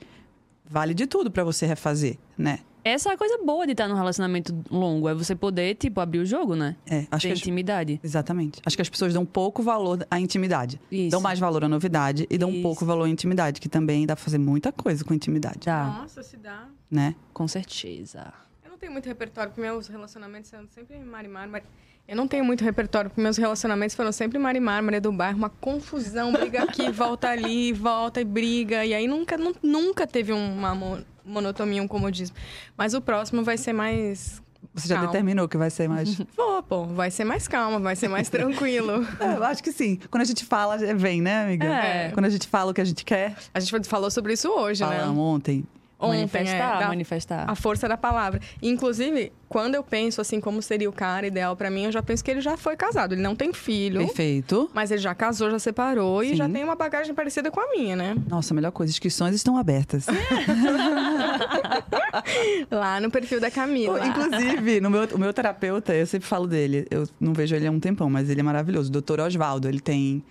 vale de tudo pra você refazer, né?
Essa é a coisa boa de estar num relacionamento longo, é você poder, tipo, abrir o jogo, né?
É, acho
Ter
que as-
intimidade.
Exatamente. Acho que as pessoas dão pouco valor à intimidade.
Isso.
Dão mais valor à novidade e dão
Isso.
pouco valor à intimidade, que também dá pra fazer muita coisa com intimidade,
Dá,
Nossa, se dá.
né?
com certeza.
Eu não tenho muito repertório, porque meus relacionamentos são sempre marimar, mar... Eu não tenho muito repertório, porque meus relacionamentos foram sempre marimar, Maria do Bairro, uma confusão, briga aqui, volta ali, volta e briga. E aí nunca, nu- nunca teve uma, mo- monotonia, um comodismo. Mas o próximo vai ser mais.
Você já
Calma.
determinou que vai ser mais.
Vou, pô, vai ser mais calma, vai ser mais tranquilo.
É, eu acho que sim. Quando a gente fala, é vem, né, amiga?
É.
Quando a gente fala o que a gente quer.
A gente falou sobre isso hoje,
Falamos
né?
ontem.
Ontem, é,
manifestar,
da-
manifestar.
a força da palavra. Inclusive, quando eu penso assim, como seria o cara ideal pra mim, eu já penso que ele já foi casado. Ele não tem filho,
Perfeito.
mas ele já casou, já separou
Sim.
e já tem uma bagagem parecida com a minha, né?
Nossa, a melhor coisa, inscrições estão abertas.
Lá no perfil da
Pô,
Camila.
Oh, Inclusive, no meu, o meu terapeuta, eu sempre falo dele. Eu não vejo ele há um tempão, mas ele é maravilhoso. Doutor Oswaldo, ele tem.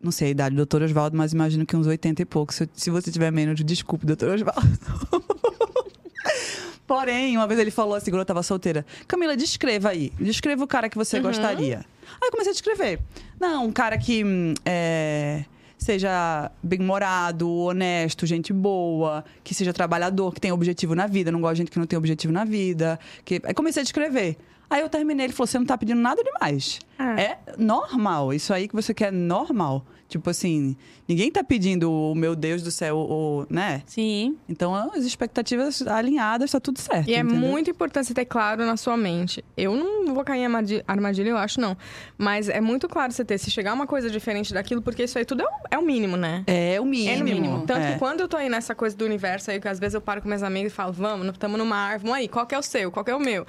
Não sei a idade do doutor Oswaldo, mas imagino que uns 80 e pouco. Se, eu- se você tiver menos, desculpe, doutor Oswaldo. Porém, uma vez ele falou assim, quando eu tava solteira, Camila, descreva aí. Descreva o cara que você gostaria. Aí eu comecei a descrever. Não, um cara que hum, é, seja bem-humorado, honesto, gente boa, que seja trabalhador, que tenha objetivo na vida. Eu Não gosto de gente que não tem objetivo na vida. Que... Aí comecei a descrever. Aí eu terminei, ele falou, você não tá pedindo nada demais. É normal, isso aí que você quer é normal. Tipo assim, ninguém tá pedindo o meu Deus do céu, ou, né?
Sim.
Então, as expectativas alinhadas, tá tudo certo.
E é
entendeu?
muito importante você ter claro na sua mente. Eu não vou cair em armadi- armadilha, eu acho, não. Mas é muito claro você ter. Se chegar uma coisa diferente daquilo, porque isso aí tudo é o, é o mínimo, né?
É o mínimo.
É no mínimo. Tanto
é.
que quando eu tô aí nessa coisa do universo aí, que às vezes eu paro com meus amigos e falo, vamos, estamos numa árvore, vamos aí, qual que é o seu, qual que é o meu?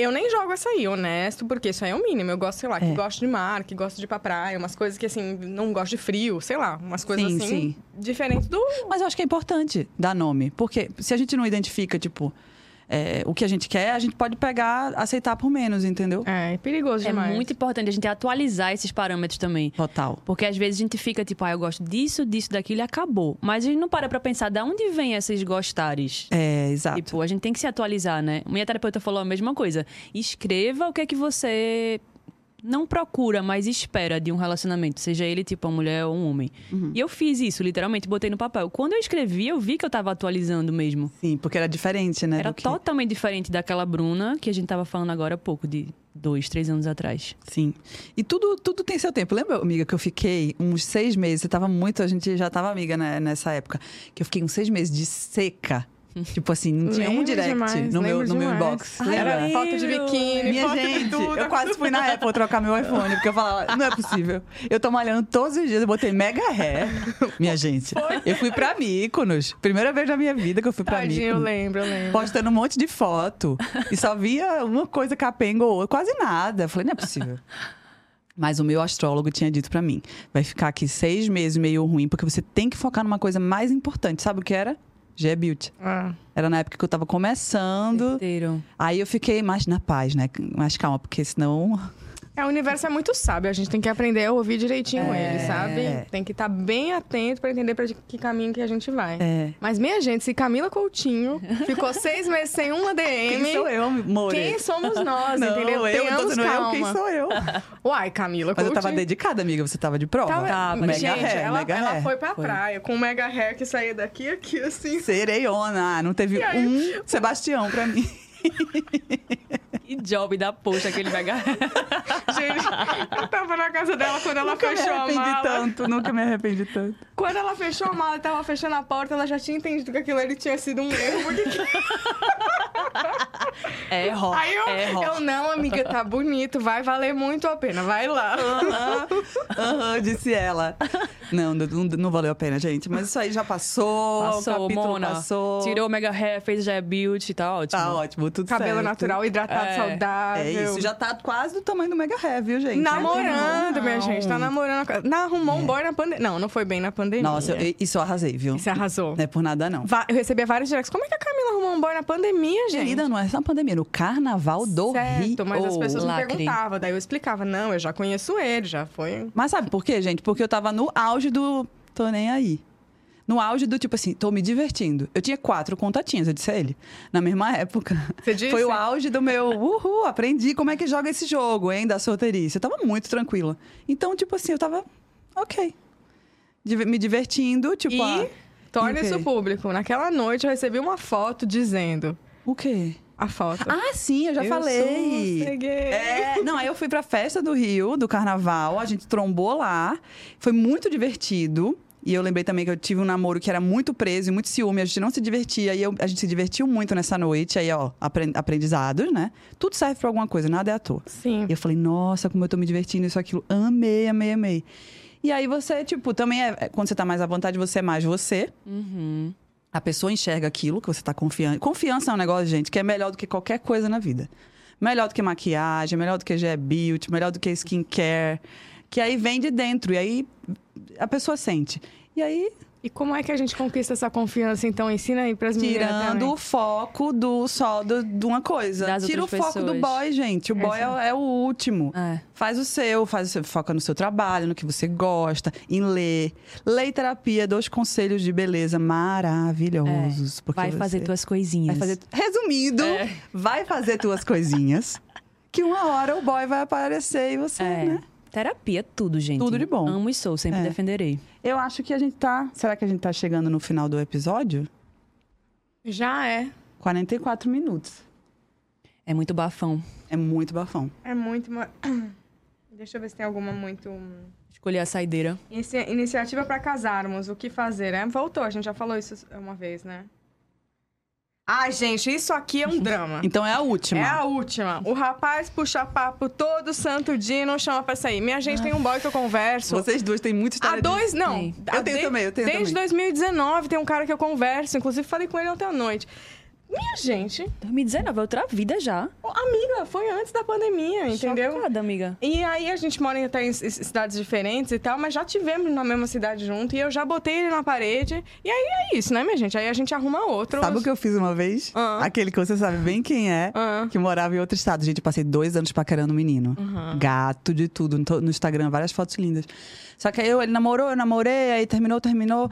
Eu nem jogo essa aí, honesto, porque isso aí é o mínimo. Eu gosto, sei lá, que
É.
gosto de mar, que gosto de ir pra praia, umas coisas que, assim, não gosto de frio, sei lá. Umas coisas,
Sim,
assim,
sim.
diferentes do...
Mas eu acho que é importante dar nome. Porque se a gente não identifica, tipo, é, o que a gente quer, a gente pode pegar, aceitar por menos, entendeu?
É, é perigoso
É
demais.
muito importante a gente atualizar esses parâmetros também.
Total.
Porque às vezes a gente fica tipo, ah, eu gosto disso, disso, daquilo e acabou. Mas a gente não para pra pensar de onde vem esses gostares.
É, exato.
Tipo, a gente tem que se atualizar, né? Minha terapeuta falou a mesma coisa. Escreva o que é que você não procura, mas espera de um relacionamento, seja ele tipo uma mulher ou um homem.
Uhum.
E eu fiz isso, literalmente, botei no papel. Quando eu escrevi, eu vi que eu tava atualizando mesmo.
Sim, porque era diferente, né?
Era
do que-
totalmente diferente daquela Bruna que a gente tava falando agora há pouco, de dois, três anos atrás.
Sim. E tudo, tudo tem seu tempo. Lembra, amiga, que eu fiquei uns seis meses? Você tava muito, a gente já tava amiga né, nessa época. Que eu fiquei uns seis meses de seca. tipo assim, não tinha um
Lembro
direct
demais,
no, meu,
lembro
no meu
demais.
inbox.
Ai,
lembra?
Era foto de biquíni,
Minha
foto de
gente,
tudo.
eu quase fui na Apple trocar meu iPhone, porque eu falava, não é possível. Eu tô malhando todos os dias, eu botei mega ré. Minha gente, eu fui pra Mykonos. Primeira vez na minha vida que eu fui pra
Tadinho, eu
Mykonos.
lembro, eu lembro.
Postando um monte de foto. E só via uma coisa capenga ou outra, quase nada. Eu falei, não é possível. Mas o meu astrólogo tinha dito pra mim: vai ficar aqui seis meses meio ruim, porque você tem que focar numa coisa mais importante. Sabe o que era? G-Beauty.
Ah.
Era na época que eu tava começando.
Inteiro.
Aí eu fiquei mais na paz, né? Mais calma, porque senão.
É, o universo é muito sábio, a gente tem que aprender a ouvir direitinho
É.
ele, sabe? Tem que estar bem atento pra entender pra que caminho que a gente vai.
É.
Mas, minha gente, se Camila Coutinho ficou seis meses sem uma DM.
Quem sou eu, amor?
quem somos nós,
não,
entendeu?
eu tô
Tenhamos
sendo eu,
calma.
quem sou eu?
Uai, Camila
Mas eu
Coutinho.
tava dedicada, amiga. Você tava de prova.
Tava-
mega
gente,
ré,
ela,
mega
ela
ré.
foi pra praia com um mega hair que saía daqui e aqui, assim.
Sereiona. Não teve
E aí?
um Sebastião pra mim.
Que job da poxa aquele mega.
Gente, eu tava na casa dela quando ela
Nunca me
fechou a
arrependi
mala.
tanto. Nunca me arrependi tanto.
Quando ela fechou a mala e tava fechando a porta, ela já tinha entendido que aquilo ali tinha sido um erro. Porque
É rock.
Aí eu,
é rock.
eu, não, amiga, tá bonito, vai valer muito a pena, vai lá.
Aham, disse ela. Não, não, não valeu a pena, gente. Mas isso aí já passou.
Passou,
o capítulo
Mona.
passou.
Tirou o mega hair, fez já build, tá ótimo.
Tá ótimo, tudo
Cabelo
certo.
natural, hidratado,
É,
saudável.
É isso, já né? tá quase do tamanho do Mega Hair, viu, gente?
Namorando, minha
Não.
gente, tá namorando. a- Não, arrumou um boy na pandemia. Não, não foi bem na pandemia.
É. Nossa, eu- isso eu arrasei, viu?
Você arrasou.
Não é por nada, não.
Va- Eu recebia vários directs. Como é que a Camila arrumou um boy na pandemia, gente?
Querida, não é só na pandemia, no Carnaval do Rio.
certo, mas as pessoas
lacre.
me perguntavam. Daí eu explicava. Não, eu já conheço ele, já foi... um
Mas sabe por quê, gente? Porque eu tava no auge do tô nem aí. No auge do tipo assim, tô me divertindo. Eu tinha quatro contatinhos, eu disse a ele, na mesma época.
Você disse?
Foi o auge do meu, uhul, aprendi como é que joga esse jogo, hein, da solteirice. Eu tava muito tranquila. Então, tipo assim, eu tava ok. Diver- me divertindo, tipo,
E
ah,
torna isso
ok.
público. Naquela noite eu recebi uma foto dizendo...
O quê?
A foto.
Ah, sim, eu já
Eu
falei.
sou gay.
É, não, aí eu fui pra festa do Rio, do carnaval, a gente trombou lá. Foi muito divertido. E eu lembrei também que eu tive um namoro que era muito preso e muito ciúme, a gente não se divertia. E eu- a gente se divertiu muito nessa noite. Aí, ó, apren- aprendizados, né? Tudo serve pra alguma coisa, nada é à toa.
Sim.
E eu falei, nossa, como eu tô me divertindo, isso, aquilo. Amei, amei, amei. E aí você, tipo, também é. é- Quando você tá mais à vontade, você é mais você.
Uhum.
A pessoa enxerga aquilo que você tá confiante. Confiança é um negócio, gente, que é melhor do que qualquer coisa na vida. Melhor do que maquiagem, melhor do que gel beauty, melhor do que skincare. Que aí vem de dentro. E aí a pessoa sente. E aí,
E como é que a gente conquista essa confiança, então? Ensina aí
Hum,
pras meninas.
tirando o foco do só do- de uma coisa.
Das
Tira o
outras
foco do
pessoas.
boy, gente. O boy é, o- é o último.
É.
Faz o seu, faz o seu, foca no seu trabalho, no que você gosta, em ler. Lei terapia, dois conselhos de beleza maravilhosos. porque
é. Vai
você-
fazer tuas coisinhas. É.
Vai fazer. Resumindo, vai fazer tuas coisinhas. Que uma hora o boy vai aparecer e você,
É.
né?
Terapia, tudo, gente.
Tudo de bom.
Amo e sou, sempre
É.
defenderei.
Eu acho que a gente tá. Será que a gente tá chegando no final do episódio?
Já é.
44 minutos.
É muito bafão.
É muito bafão.
É muito. ma- Deixa eu ver se tem alguma muito.
Escolher a saideira.
Inici- Iniciativa pra casarmos, o que fazer? É, voltou, a gente já falou isso uma vez, né? Ai, gente, isso aqui é um drama.
Então é a última.
É a última. O rapaz puxa papo todo santo dia e não chama pra sair. Minha gente tem um boy que eu converso.
Vocês duas têm muita
Há
história. de-
dois, não.
Sim.
Há
Eu tenho também, eu tenho
Desde
também.
2019 tem um cara que eu converso, inclusive falei com ele ontem à noite. Minha gente,
2019 é outra vida já.
ô, amiga, foi antes da pandemia, entendeu?
Chocada, amiga.
E aí a gente mora em até em ci- cidades diferentes e tal, mas já tivemos na mesma cidade junto e eu já botei ele na parede. E aí é isso, né, minha gente? Aí a gente arruma outro.
Sabe o que eu fiz uma vez?
Ah.
Aquele que você sabe bem quem é,
Ah.
que morava em outro estado. Gente, eu passei dois anos paquerando o menino. Gato de tudo. No no Instagram, várias fotos lindas. Só que aí eu, ele namorou, eu namorei, aí terminou, terminou.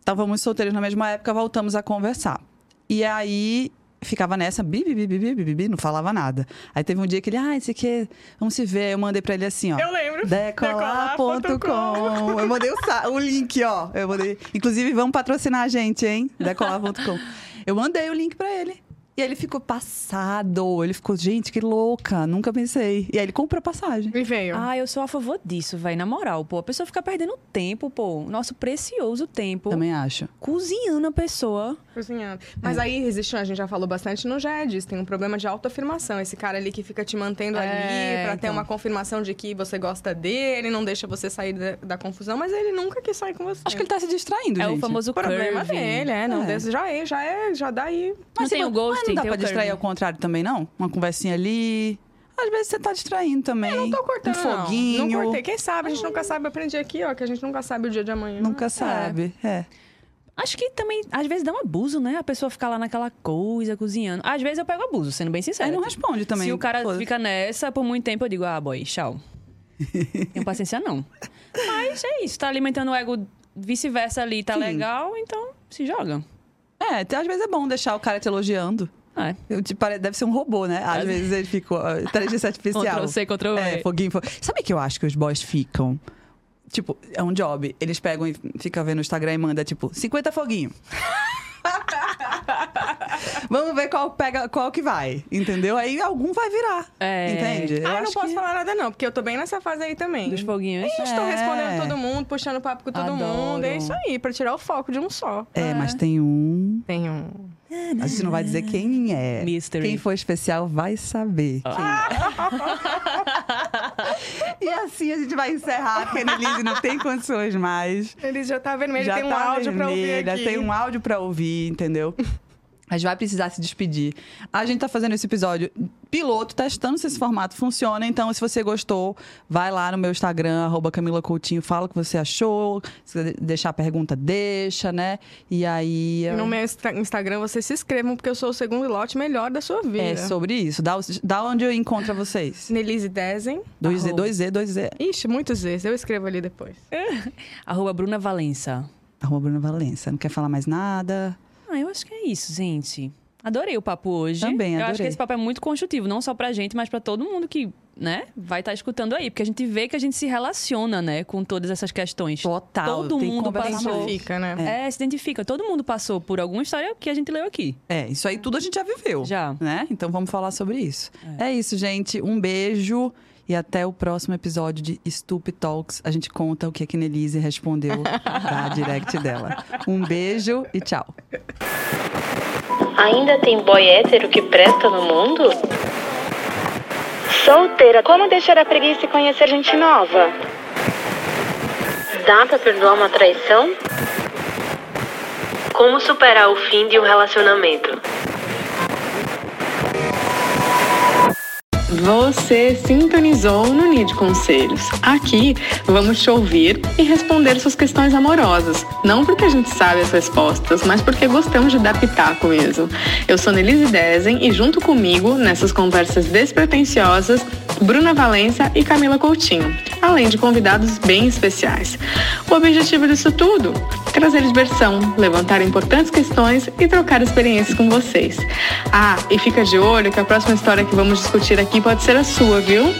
Estávamos solteiros na mesma época, voltamos a conversar. E aí. Ficava nessa, bi, bi, bi, bi, bi, bi, bi, bi, não falava nada. Aí teve um dia que ele, ah, esse aqui, vamos se ver. Eu mandei pra ele assim, ó.
Eu lembro.
Decolar.com. Eu mandei o, sa- o link, ó. Eu mandei. Inclusive, vamos patrocinar a gente, hein? Decolar.com. Eu mandei o link pra ele. E ele ficou passado. Ele ficou, gente, que louca. Nunca pensei. E aí ele comprou a passagem.
Me veio.
Ah, eu sou a favor disso, vai. Na moral, pô. A pessoa fica perdendo tempo, pô. Nosso precioso tempo.
Também acho.
Cozinhando a pessoa.
Cozinhando.
É.
Mas aí existe, a gente já falou bastante no GEDS, tem um problema de autoafirmação. Esse cara ali que fica te mantendo
É,
ali pra ter
então.
uma confirmação de que você gosta dele, não deixa você sair da, da confusão, mas ele nunca quis sair com você.
Acho que ele tá se distraindo,
é
gente.
o famoso
o problema
curving.
dele, é, não.
É.
desse- Já é, já é, já dá aí.
Não tem
se
o
vo- mas
ghosting,
não dá
tem
pra
o
distrair
curving.
ao contrário também, não? Uma conversinha ali. Às vezes você tá distraindo também.
Não tô cortando,
Um
não.
foguinho.
Não. cortei. Quem sabe? A gente nunca sabe. Eu Aprendi aqui, ó, que a gente nunca sabe o dia de amanhã.
Nunca sabe. É.
Acho que também, às vezes, dá um abuso, né? A pessoa ficar lá naquela coisa, cozinhando. Às vezes eu pego abuso, sendo bem sincera.
Aí É, não responde também.
É. Se o cara
Foda-se.
fica nessa por muito tempo, eu digo, ah, boy, tchau. Tenho paciência, não. Mas é isso, tá alimentando o ego vice-versa ali, tá
Sim.
legal, então se joga.
É, até às vezes é bom deixar o cara te elogiando.
É.
Eu te pare- Deve ser um robô, né? Às vezes ele fica ó, inteligência artificial.
Ctrl C, Ctrl V.
É, foguinho. fo- Sabe que eu acho que os boys ficam? Tipo, é um job. Eles pegam e ficam vendo o Instagram e manda, tipo, 50 foguinho. Vamos ver qual, pega, qual que vai, entendeu? Aí algum vai virar,
É.
entende? Eu
Ah, eu não
acho
posso
que-
falar nada, não, porque eu tô bem nessa fase aí também.
Dos foguinhos.
Eu Estou
É.
respondendo todo mundo, puxando papo com todo
Adoro.
mundo. É isso aí, pra tirar o foco de um só.
É, mas tem um...
Tem um.
A gente não vai dizer quem é.
Mystery.
Quem for especial vai saber quem é. e assim a gente vai encerrar, porque a Annelise não tem condições mais.
Ele já tá vermelho,
Já
tem um
tá
áudio pra ouvir
vermelha,
aqui.
Tem um áudio pra ouvir, entendeu? A gente vai precisar se despedir. A gente tá fazendo esse episódio piloto, testando se esse formato funciona. Então, se você gostou, vai lá no meu Instagram, arroba Camila Coutinho, fala o que você achou. Se quiser deixar a pergunta, deixa, né? E aí.
No meu insta- Instagram, vocês se inscrevam, porque eu sou o segundo lote melhor da sua vida.
É sobre isso. Dá, os- dá onde eu encontro vocês.
Nelise Dezen.
2Z, 2Z, 2Z.
Ixi, muitas vezes. Eu escrevo ali depois.
Arroba Bruna Valença.
Arroba Bruna Valença. Não quer falar mais nada?
Ah, eu acho que é isso, gente. Adorei o papo hoje.
Também,
Eu acho
adorei.
que esse papo é muito construtivo, não só pra gente, mas pra todo mundo que, né, vai estar escutando aí. Porque a gente vê que a gente se relaciona, né, com todas essas questões.
Total,
Todo
tem que
mundo
conversar
passou.
mais.
Fica, né?
É, se identifica. Todo mundo passou por alguma história que a gente leu aqui.
É, isso aí tudo a gente já viveu.
Já.
Né? Então vamos falar sobre isso. É, isso, gente. Um beijo. E E até o próximo episódio de Stup Talks. A gente conta o que a Kinelise respondeu da direct dela. Um beijo e tchau.
Ainda tem boy hétero que presta no mundo? Solteira, como deixar a preguiça e conhecer gente nova? Dá pra perdoar uma traição? Como superar o fim de um relacionamento?
Você sintonizou no Nid Conselhos. Aqui vamos te ouvir e responder suas questões amorosas. Não porque a gente sabe as respostas, mas porque gostamos de dar pitaco mesmo. Eu sou Nelise Dezen e junto comigo, nessas conversas despretensiosas, Bruna Valença e Camila Coutinho, além de convidados bem especiais. O objetivo disso tudo? Trazer diversão, levantar importantes questões e trocar experiências com vocês. Ah, e fica de olho que a próxima história que vamos discutir aqui pode ser a sua, viu?